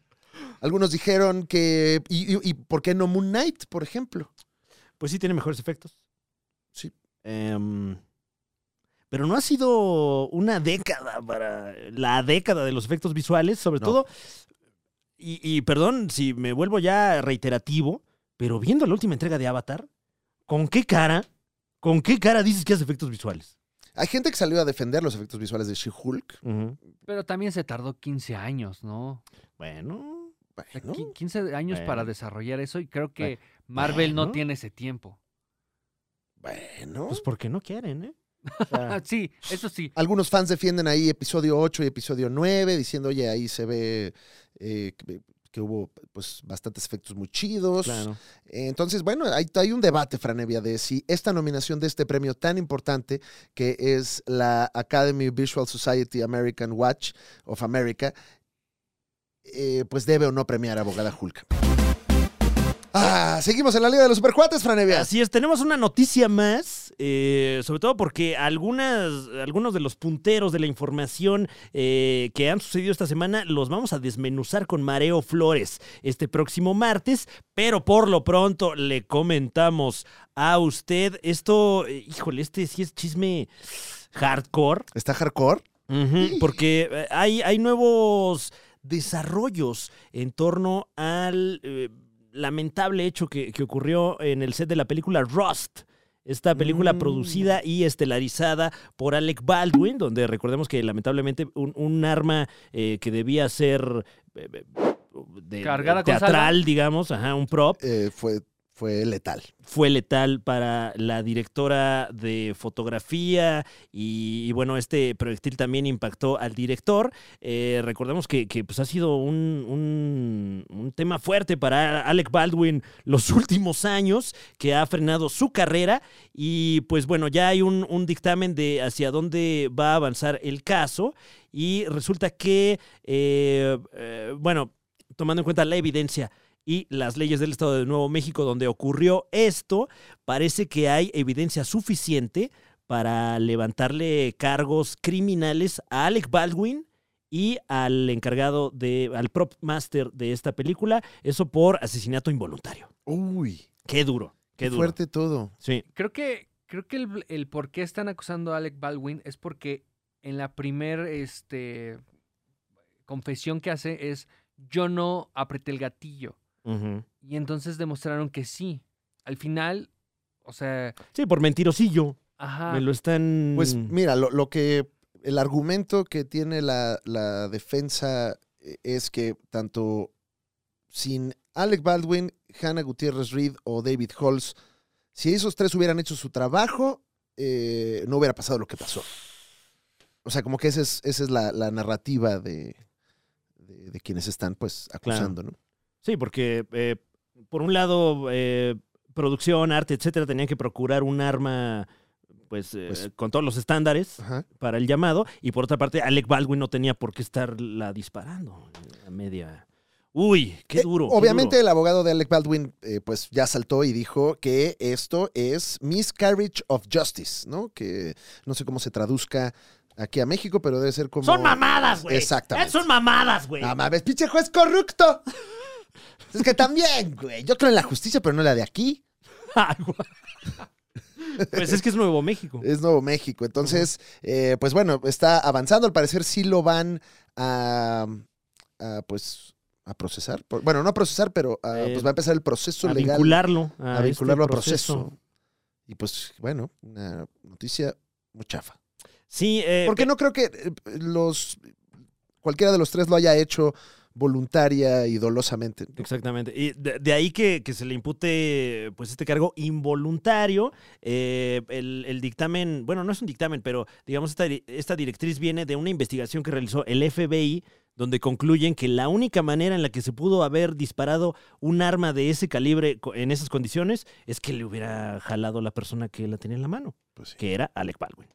Algunos dijeron que. Y, y- y por qué no Moon Knight, por ejemplo?
Pues sí, tiene mejores efectos.
Sí.
Em, pero no ha sido una década para la década de los efectos visuales, sobre
No.
todo. Y, y perdón si me vuelvo ya reiterativo, pero viendo la última entrega de Avatar, ¿con qué cara? ¿Con qué cara dices que hace efectos visuales?
Hay gente que salió a defender los efectos visuales de She-Hulk.
Pero también se tardó 15 años, ¿no?
Bueno,
O sea,
Bueno,
qui- 15 años para
Bueno.
desarrollar eso y creo que Marvel no
Bueno.
tiene ese tiempo.
bueno.
pues porque no quieren, ¿eh? O sea,
Ah, sí, eso sí.
Algunos fans defienden ahí episodio 8 y episodio 9, diciendo, oye, ahí se ve eh, que, que hubo pues bastantes efectos muy chidos.
claro.
Eh, Entonces, bueno, hay, hay un debate, Franevia, de si esta nominación de este premio tan importante, que es la Academy Visual Society American Watch of America, eh, pues debe o no premiar a Abogada Hulk. Ah, seguimos en la Liga de los Supercuates, Franevia.
Así es, tenemos una noticia más, eh, sobre todo porque algunas, algunos de los punteros de la información eh, que han sucedido esta semana los vamos a desmenuzar con Mareo Flores este próximo martes, pero por lo pronto le comentamos a usted esto, eh, híjole, este sí es chisme hardcore.
¿Está hardcore?
Ujú, porque eh, hay, hay nuevos desarrollos en torno al eh, lamentable hecho que, que ocurrió en el set de la película Rust. Esta película
Mm.
producida y estelarizada por Alec Baldwin, donde recordemos que lamentablemente un, un arma eh, que debía ser eh, eh, de-
Cargada con
teatral, digamos, ajá, un prop,
Eh, fue, fue letal.
fue letal para la directora de fotografía y, y bueno, este proyectil también impactó al director. Eh, recordemos que, que, pues, ha sido un, un- un tema fuerte para Alec Baldwin los últimos años, que ha frenado su carrera y pues bueno, ya hay un, un dictamen de hacia dónde va a avanzar el caso y resulta que, eh, eh, bueno, tomando en cuenta la evidencia, y las leyes del Estado de Nuevo México donde ocurrió esto, parece que hay evidencia suficiente para levantarle cargos criminales a Alec Baldwin y al encargado de, al prop master de esta película, eso por asesinato involuntario.
Uy,
Qué duro, qué,
qué
duro.
fuerte todo.
Sí,
Creo que, creo que el, el por qué están acusando a Alec Baldwin es porque en la primer este, confesión que hace es yo no apreté el gatillo.
ujú.
Y entonces demostraron que sí. Al final, o sea,
sí, por mentirosillo.
ajá.
Me lo están...
Pues mira, lo, lo que el argumento que tiene la, la defensa eh, es que tanto sin Alec Baldwin, Hannah Gutiérrez Reed o David Halls, si esos tres hubieran hecho su trabajo, eh, no hubiera pasado lo que pasó. O sea, como que esa es, esa es la, la narrativa de, de- de quienes están pues acusando, ¿no?
Sí, porque eh, por un lado, eh, producción, arte, etcétera, tenían que procurar un arma pues, eh,
Pues-
con todos los estándares
Ajá.
para el llamado. Y por otra parte, Alec Baldwin no tenía por qué estarla disparando eh, a media. Uy, qué
Eh,
duro. qué
obviamente
duro.
el abogado de Alec Baldwin eh, pues ya saltó y dijo que esto es miscarriage of justice, ¿no? Que no sé cómo se traduzca aquí a México, pero debe ser como...
Son mamadas, güey.
Exactamente.
Eh, Son mamadas, güey.
No mames, pinche juez corrupto. es que también, güey. Yo creo en la justicia, pero no la de aquí.
Ay, güey. pues es que es Nuevo México.
Es Nuevo México. Entonces, eh, pues bueno, está avanzando. Al parecer sí lo van a... a, pues a procesar. Por- Bueno, no a procesar, pero a,
Eh,
pues va a empezar el proceso
A
legal.
vincularlo.
a,
este
vincularlo a proceso. Y pues, bueno, una noticia muy chafa.
Sí, eh,
Porque no creo que eh, los cualquiera de los tres lo haya hecho voluntaria y dolosamente.
Exactamente. Y de, de ahí que, que se le impute pues este cargo involuntario. Eh, el, el dictamen, bueno, no es un dictamen, pero digamos, esta, di- esta directriz viene de una investigación que realizó el FBI, donde concluyen que la única manera en la que se pudo haber disparado un arma de ese calibre co- en esas condiciones es que le hubiera jalado la persona que la tenía en la mano,
Pues sí, qué,
que era Alec Baldwin.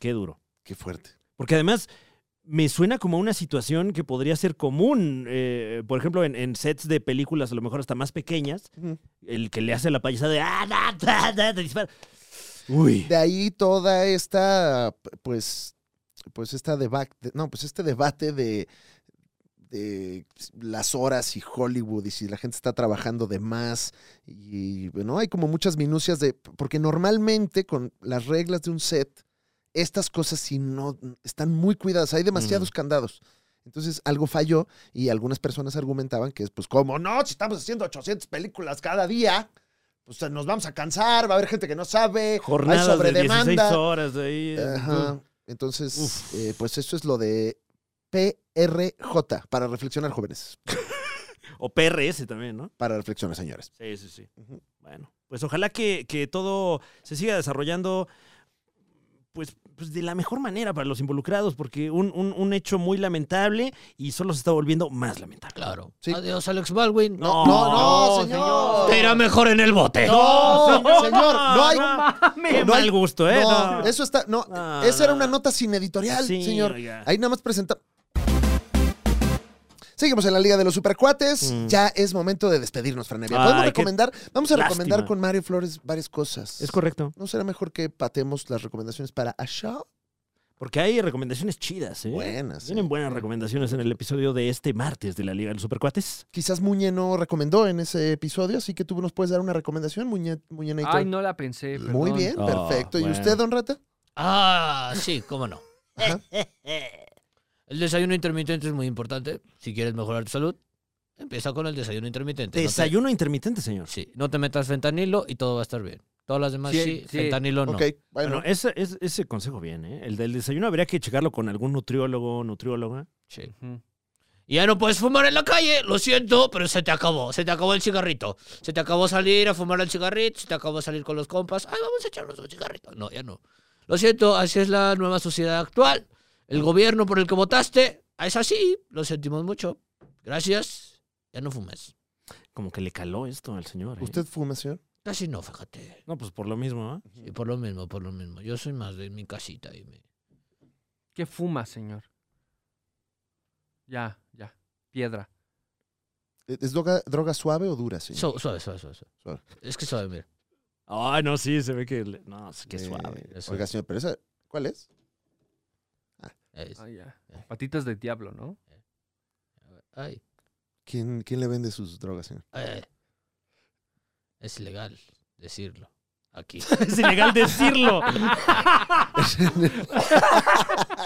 Qué duro.
fuerte.
Porque además me suena como una situación que podría ser común, eh, por ejemplo, en, en sets de películas a lo mejor hasta más pequeñas, el que le hace la payasada de ¡Ah, da, da, da", te dispara. Uy.
De ahí toda esta, pues, pues esta debate, no, pues este debate de eh, las horas y Hollywood y si la gente está trabajando de más. Y bueno, hay como muchas minucias de. Porque normalmente con las reglas de un set, estas cosas si no están muy cuidadas. Hay demasiados candados. Entonces algo falló y algunas personas argumentaban que es pues como no, si estamos haciendo 800 películas cada día, pues nos vamos a cansar, va a haber gente que no sabe, hay
Jornadas de 16
sobredemanda.
horas de ahí. eh,
Ajá. Entonces, eh, pues eso es lo de PRJ, para reflexionar, jóvenes.
O PRS también, ¿no?
Para reflexionar, señores.
Sí, sí, sí.
Ujú.
Bueno, pues ojalá que, que todo se siga desarrollando pues, pues de la mejor manera para los involucrados, porque un, un- un hecho muy lamentable y solo se está volviendo más lamentable.
Claro.
Sí.
Adiós, Alex Baldwin.
No, no,
no,
señor.
Te irá mejor en el bote.
No,
No,
señor, no hay.
no. Qué
No hay-
mal gusto, ¿eh?
No,
No.
eso está. No,
No,
esa era
no.
una nota sin editorial,
Sí,
señor.
oiga.
Ahí nada más presenta. Seguimos en la Liga de los Supercuates.
Mm.
Ya es momento de despedirnos, Franeria.
Ay,
Podemos
qué
recomendar, vamos a recomendar
lástima.
con Mario Flores varias cosas.
Es correcto,
¿No será mejor que patemos las recomendaciones para Asha?
porque hay recomendaciones chidas, ¿eh?
Buenas. sí.
Tienen buenas recomendaciones en el episodio de este martes de la Liga de los Supercuates.
Quizás Muñe no recomendó en ese episodio, así que tú nos puedes dar una recomendación, Muñe, Muñenator.
Ay, no la pensé. perdón.
Muy
Eh,
bien,
Ah,
perfecto. ¿Y
bueno.
usted, don Rata?
Ah, sí, cómo no.
Ajá.
El desayuno intermitente es muy importante. Si quieres mejorar tu salud, empieza con el desayuno intermitente. No te-
Desayuno intermitente, señor.
sí, no te metas fentanilo y todo va a estar bien. Todas las demás
Sí,
sí,
sí.
fentanilo no.
Ok, bueno.
Bueno, ese, ese- ese consejo bien, ¿eh? El del desayuno habría que checarlo con algún nutriólogo, nutrióloga.
Sí.
Ujú.
Y ya no puedes fumar en la calle, lo siento, pero se te acabó. Se te acabó el cigarrito. Se te acabó salir a fumar el cigarrito, se te acabó salir con los compas. Ay, vamos a echarnos un cigarrito. No, ya no. Lo siento, así es la nueva sociedad actual. El gobierno por el que votaste ah, es así. Lo sentimos mucho. Gracias. Ya no fumes.
Como que le caló esto al señor. ¿eh?
¿Usted fuma, señor?
Casi no, fíjate.
No, pues por lo mismo, ¿eh?
Sí, por lo mismo, por lo mismo. Yo soy más de mi casita y me...
¿Qué fuma, señor? Ya, ya. Piedra.
¿Es droga, droga suave o dura, señor?
Su- suave, suave, suave, suave.
Suave.
Es que suave, mira.
Ay, no, sí, se ve que. le- No, es que
Eh,
suave.
eso.
Oiga, señor, pero esa, ¿cuál es?
Es-
Ah, ya.
Eh.
Patitas de diablo, ¿no?
Ay,
¿Quién, quién le vende sus drogas, señor?
ay. Es ilegal decirlo. Aquí.
Es ilegal decirlo.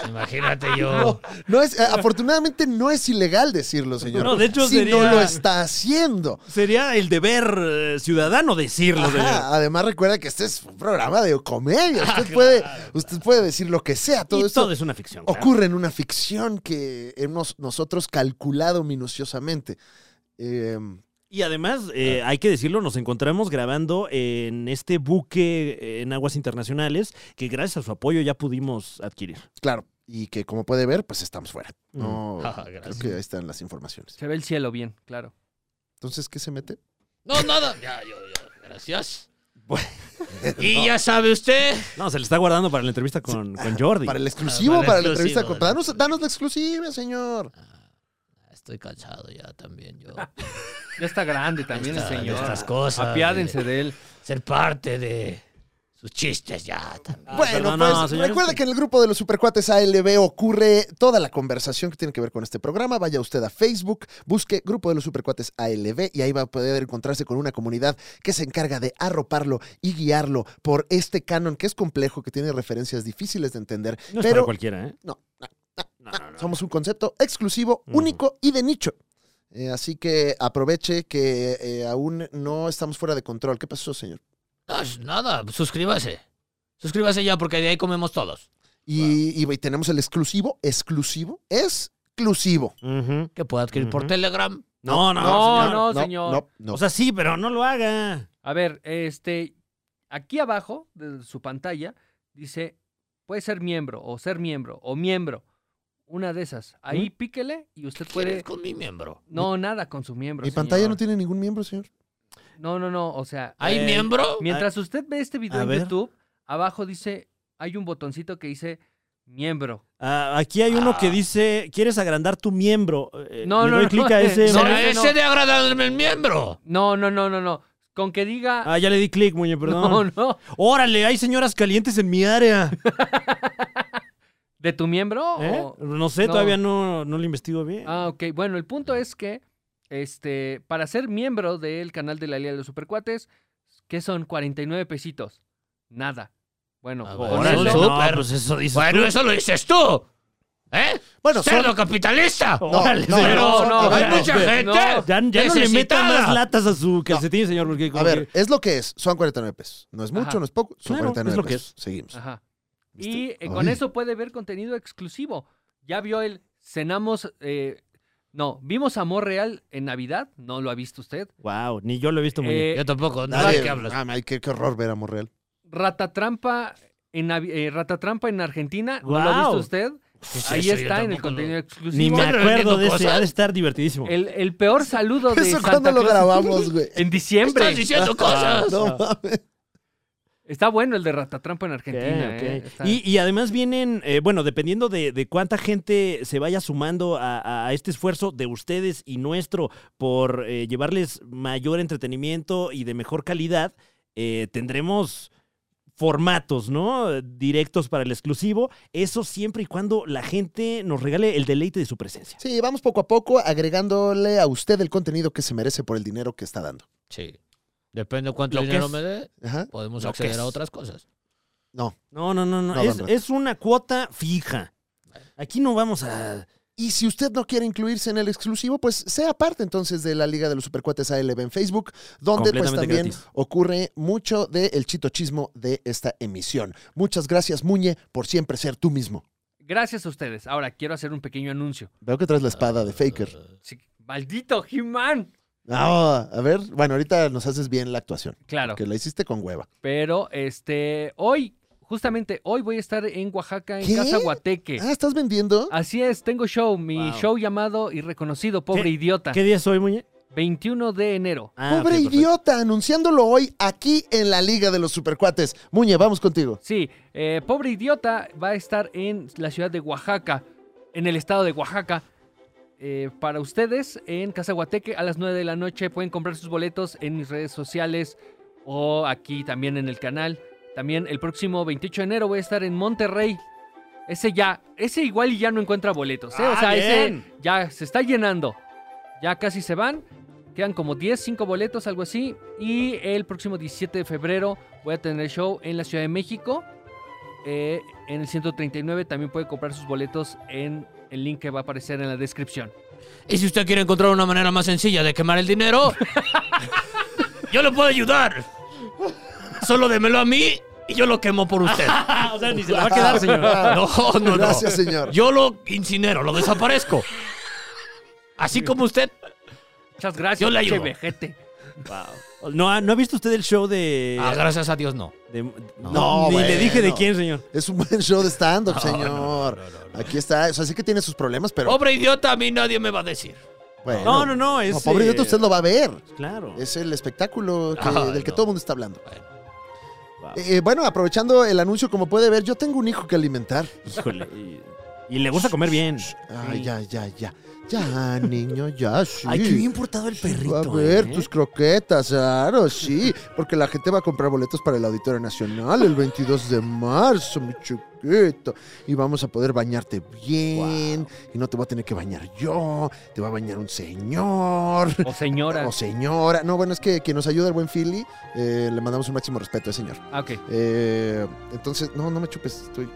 Imagínate yo.
No es, eh, afortunadamente no es ilegal decirlo, señor.
No, de hecho
si
sería-
no lo está haciendo.
Sería el deber eh, ciudadano decirlo.
Ajá,
señor.
Además, recuerda que este es un programa de comedia. Usted, puede, usted puede decir lo que sea. Todo
Ah, y
esto
todo es una ficción. claro.
ocurre en una ficción que hemos nosotros calculado minuciosamente. Eh,
Y además, eh,
Ah.
hay que decirlo, nos encontramos grabando en este buque eh, en aguas internacionales que gracias a su apoyo ya pudimos adquirir.
claro, y que como puede ver, pues estamos fuera. No,
Mm. Ah,
Ajá,
creo
Ah, gracias.
que ahí están las informaciones.
Se ve el cielo bien, claro.
Entonces, ¿qué se mete?
No, nada. Ya, yo, yo. Gracias.
Bueno.
Y ya sabe usted.
No, se le está guardando para la entrevista con, con Jordi.
Para el exclusivo,
Ah, para el
para la
exclusivo,
entrevista. con-
para el
Danos,
exclusivo.
danos la exclusiva, señor.
Ah, Estoy cansado ya también yo.
Ya está grande también
Esta-
el
de
señor.
Estas cosas.
Apiádense de él.
de Ser parte de sus chistes ya también.
Bueno,
Ah, perdón, no,
pues
señor.
recuerda que en el grupo de los Supercuates ALB ocurre toda la conversación que tiene que ver con este programa. Vaya usted a Facebook, busque Grupo de los Supercuates ALB y ahí va a poder encontrarse con una comunidad que se encarga de arroparlo y guiarlo por este canon que es complejo, que tiene referencias difíciles de entender.
no es para
pero
cualquiera, ¿eh?
No,
No, no, no.
somos un concepto exclusivo,
Ujú.
único y de nicho. Eh, así que aproveche que eh, aún no estamos fuera de control. ¿Qué pasó, señor?
No, es nada, suscríbase. Suscríbase ya porque de ahí comemos todos.
Y, y- y tenemos el exclusivo, exclusivo, exclusivo.
Ujú.
Que pueda adquirir por
Ujú.
Telegram.
No, no,
No,
señor.
no, señor.
No, no.
O sea, sí, pero no lo haga.
A ver, este, aquí abajo de su pantalla dice, puede ser miembro o ser miembro o miembro. Una de esas. Ahí píquele y usted
¿Quieres
puede...
Pues con mi miembro?
No, nada con su miembro.
Mi pantalla no
señor.
tiene ningún miembro, señor.
No, no, no. O sea,
¿Hay
Eh,
miembro?
mientras usted ve este video
a
en
ver.
YouTube, abajo dice, hay un botoncito que dice miembro.
Ah, aquí hay uno que
Ah.
dice, ¿quieres agrandar tu miembro? Eh,
No,
le
no,
doy
no,
clic a
eh,
ese.
no,
¿Será
ese no.
ese de agradarme el miembro?
No, no, no, no, no. Con que diga...
Ah, ya le di clic, Muñe, perdón.
No, no.
Órale, hay señoras calientes en mi área.
¿De tu miembro?
¿Eh?
o-
No sé,
Oh. No.
todavía no, no lo investigo bien.
Ah, ok. Bueno, el punto es que este, para ser miembro del canal de la Liga de los Supercuates, que son 49 pesitos. Nada. Bueno,
Ah,
con
bueno,
eso-
Órale,
eso,
no,
pero-
pues eso dices
Bueno,
tú.
eso lo dices tú. ¿Eh?
Bueno, son-
¡Cerdo capitalista!
Órale,
no,
señor.
pero
no,
no,
a
hay
ver,
mucha
no,
gente.
no.
Ya, ya no le meta
necesitada.
más latas a su calcetín, señor. Porque como
A ver,
que-
es lo que es. Son 49 pesos. No es mucho,
Ajá.
no es poco. Son
Claro,
49
es lo que
pesos. Seguimos.
Ajá.
¿Viste?
Y eh, con
Ay.
eso puede ver contenido exclusivo. Ya vio el cenamos, eh, no, vimos Amor Real en Navidad, no lo ha visto usted.
Wow, ni yo lo he visto muy bien.
Eh,
Yo tampoco, nada
Nadie-
de qué hablas.
Ah, ay, qué, qué horror ver a Morreal.
Ratatrampa en, Navi- eh, Ratatrampa en Argentina, no lo ha
Guau.
visto usted.
¿Qué es
Ahí
eso? Yo
está en el
tampoco lo-
contenido
Ni
exclusivo.
me
Bueno,
acuerdo
vendiendo
de ese,
cosas.
ha de estar divertidísimo.
El, el peor saludo de
¿Eso
Santa
cuándo lo
Claus-
grabamos, güey?
En diciembre.
Estás diciendo cosas.
Ah, No mames.
Está bueno el de Ratatrampa en
Ok,
Argentina.
ok.
¿eh? Está-
Y, y además vienen, eh, bueno, dependiendo de, de cuánta gente se vaya sumando a, a este esfuerzo de ustedes y nuestro por eh, llevarles mayor entretenimiento y de mejor calidad, eh, tendremos formatos, ¿no? Directos para el exclusivo. Eso siempre y cuando la gente nos regale el deleite de su presencia.
Sí, vamos poco a poco agregándole a usted el contenido que se merece por el dinero que está dando.
Sí. Depende cuánto
Lo que
dinero
es.
me dé,
Ajá.
podemos
Lo que
acceder a
es.
otras cosas.
No.
No, no, no, no.
No,
es,
Van Rett.
es una cuota fija. Aquí no vamos a...
Y si usted no quiere incluirse en el exclusivo, pues sea parte entonces de la Liga de los Supercuates ALB en Facebook, donde pues
Completamente
también
gratis.
ocurre mucho del chitochismo de esta emisión. Muchas gracias, Muñe, por siempre ser tú mismo.
Gracias a ustedes. Ahora quiero hacer un pequeño anuncio.
Veo que traes la espada de Faker.
Sí, maldito He-Man.
Ah, a ver, bueno, ahorita nos haces bien la actuación,
Claro.
que la hiciste con hueva.
Pero este, hoy, justamente hoy voy a estar en Oaxaca, en
¿Qué?
Casa Guateque.
Ah, ¿estás vendiendo?
Así es, tengo show, mi
Wow.
show llamado y reconocido, pobre
¿Qué-
idiota.
¿Qué día es hoy, Muñe?
21 de enero.
Ah,
Pobre
ok, perfecto.
idiota, anunciándolo hoy aquí en la Liga de los Supercuates. Muñe, vamos contigo.
Sí, eh, pobre idiota va a estar en la ciudad de Oaxaca, en el estado de Oaxaca. Eh, para ustedes, en Casa Guateque, a las 9 de la noche pueden comprar sus boletos en mis redes sociales o aquí también en el canal. También el próximo 28 de enero voy a estar en Monterrey. Ese ya, ese igual y ya no encuentra boletos. ¿eh? O
Ah,
sea, ese
bien.
ya se está llenando. Ya casi se van. Quedan como 10, 5 boletos, algo así. Y el próximo 17 de febrero voy a tener show en la Ciudad de México. Eh, en el 139 también puede comprar sus boletos en el link que va a aparecer en la descripción.
Y si usted quiere encontrar una manera más sencilla de quemar el dinero, yo le puedo ayudar. Solo démelo a mí y yo lo quemo por usted.
Ah, o sea, ni se la va a quedar, señor.
No, no, no.
Gracias, señor.
Yo lo incinero, lo desaparezco. Así como usted.
Muchas gracias,
Yo le
pinche
ayudo.
vejete.
¿No ha, ¿No ha visto usted el show de.?
Ah, gracias a Dios, no.
de-
No,
ni le
bueno.
dije de quién, señor.
Es un buen show de stand-up,
No,
señor.
no, no, no, no.
Aquí está. O sea, sí que tiene sus problemas, pero.
Pobre idiota, a mí nadie me va a decir.
bueno.
No, no, no. Es,
No,
eh,
pobre idiota, usted lo va a ver.
Claro.
Es el espectáculo que-
Ay,
del que
no.
todo el mundo está hablando.
Bueno,
Wow,
Eh, eh, bueno, aprovechando el anuncio, como puede ver, yo tengo un hijo que alimentar.
Híjole. Y, y le gusta comer bien.
Ay, ya, ya, ya. Ya, niño, ya, sí.
Ay, qué bien portado el
Va
perrito.
a ver pues,
¿eh?
tus croquetas, claro, sí. Porque la gente va a comprar boletos para el Auditorio Nacional el 22 de marzo, mi chiquito. Y vamos a poder bañarte bien. Y no te voy a tener que bañar yo. Te va a bañar un señor.
O señora.
O señora. No, bueno, es que quien nos ayuda, el buen Philly, eh, le mandamos un máximo respeto al señor.
Ah, ok.
Eh, entonces, no, no me chupes. Estoy...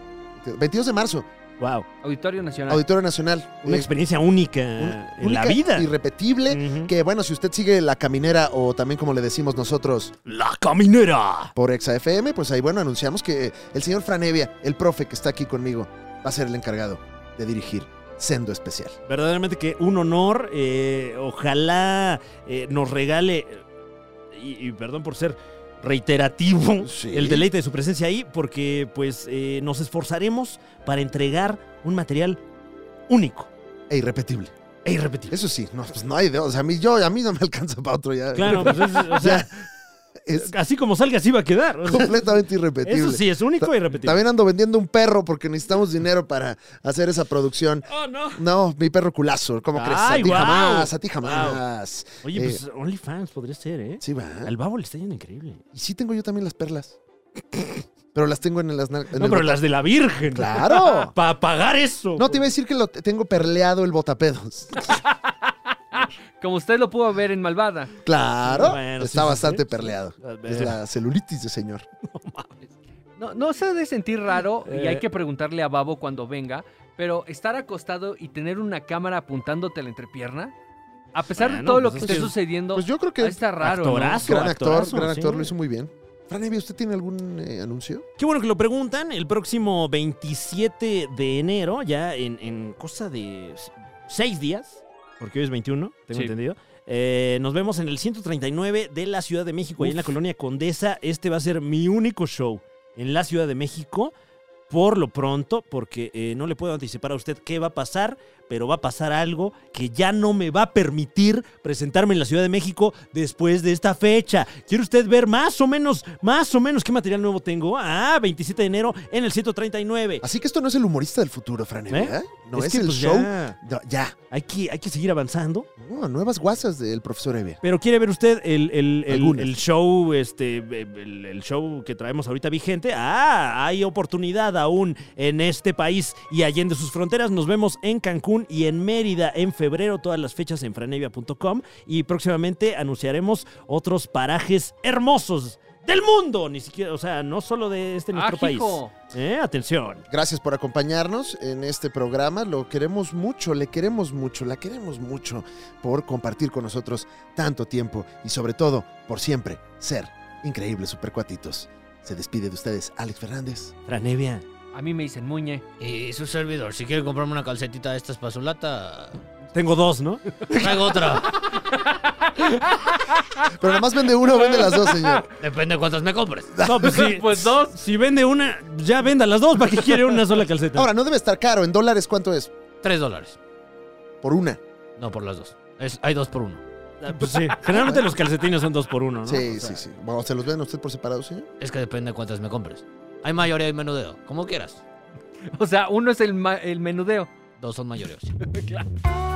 22 de marzo,
Wow.
Auditorio Nacional.
Auditorio Nacional.
Una
Eh,
experiencia única Ah. en
única,
la vida.
Irrepetible.
Ujú.
Que bueno, si usted sigue la caminera o también como le decimos nosotros
La caminera.
por Exa FM, pues ahí bueno, anunciamos que el señor Franevia, el profe que está aquí conmigo, va a ser el encargado de dirigir Sendo Especial.
Verdaderamente que un honor. eh, ojalá eh, nos regale. Y, y perdón por ser reiterativo.
Sí.
el deleite de su presencia ahí porque pues eh, nos esforzaremos para entregar un material único
E irrepetible.
e irrepetible.
Eso sí, no, pues no hay de O sea, a mí, yo, a mí no me alcanza para otro ya.
Claro, pues es- o sea,
Es
así como salga así va a quedar. O sea,
completamente irrepetible.
eso sí, es único e irrepetible.
También ando vendiendo un perro porque necesitamos dinero para hacer esa producción.
Oh, no.
No, mi perro culazo. ¿Cómo crees? A
Ay,
ti
guau.
jamás, a ti jamás.
Oye, pues OnlyFans podría ser, ¿eh?
Sí, va.
Al babo le está yendo increíble.
Y sí tengo yo también las perlas. Pero las tengo en las nar- en
No,
el
pero
bota-
las de la Virgen.
¡Claro!
Para pagar eso.
No, te iba a decir que lo te- tengo perleado el botapedos.
Como usted lo pudo ver en Malvada.
Claro.
Bueno,
está
sí, sí,
bastante
sí.
perleado.
A ver.
Es la celulitis de señor.
No, no se ha de sentir raro y hay
Eh.
que preguntarle a Babo cuando venga, pero estar acostado y tener una cámara apuntándote la entrepierna, a pesar de
Bueno,
todo lo que
pues
es
esté
que-
sucediendo,
Pues yo creo
ahí
que
está raro. ¿no?
actorazo,
gran actor,
actorazo,
gran actor,
sí.
lo hizo muy bien. Fran Evia, ¿usted tiene algún eh, anuncio?
Qué bueno que lo preguntan. El próximo 27 de enero, ya en, en cosa de s- seis días, porque hoy es 21, tengo
Sí.
entendido. eh, nos vemos en el 139 de la Ciudad de México, ahí en la colonia Condesa. Este va a ser mi único show en la Ciudad de México. Por lo pronto, porque eh, no le puedo anticipar a usted qué va a pasar, pero va a pasar algo que ya no me va a permitir presentarme en la Ciudad de México después de esta fecha. ¿Quiere usted ver más o menos, más o menos qué material nuevo tengo? Ah, 27 de enero en el 139.
Así que esto no es el humorista del futuro, Fran Evia. ¿eh? No es,
que,
el
pues,
show.
ya,
No, ya.
hay, que, hay que seguir avanzando.
No, nuevas guasas del profesor Evia.
Pero quiere ver usted el, el- el-
Algunas.
el show, este, el, el show que traemos ahorita vigente. Ah, hay oportunidad aún en este país y allende sus fronteras. Nos vemos en Cancún y en Mérida en febrero. Todas las fechas en franevia.com y próximamente anunciaremos otros parajes hermosos del mundo. Ni siquiera, o sea, no solo de este nuestro
Ah,
país.
Ajijo.
Eh, Atención.
Gracias por acompañarnos en este programa. Lo queremos mucho, le queremos mucho, la queremos mucho por compartir con nosotros tanto tiempo y sobre todo por siempre ser increíbles supercuatitos. Se despide de ustedes Alex Fernández.
Franevia.
A mí me dicen Muñe.
Y su servidor, si quiere comprarme una calcetita de estas para su lata,
Tengo dos, ¿no?
traigo otra.
Pero nada más vende uno o vende las dos, señor.
Depende de cuántas me compres.
No, pues, sí.
Pues dos.
Si vende una, ya venda las dos. ¿Para qué quiere una sola calceta?
Ahora, no debe estar caro. ¿En dólares cuánto es?
Tres dólares.
Por una.
No, por las dos. Es- hay dos por uno.
Ah, Pues sí. Generalmente los calcetines son dos por uno, ¿no?
Sí,
O sea,
sí, sí. Bueno, ¿Se los venden a usted por separado, señor?
Es que depende de cuántas me compres. Hay mayoría y menudeo, como quieras.
O sea, uno es el, ma- el menudeo.
Dos son mayoreos.
Claro.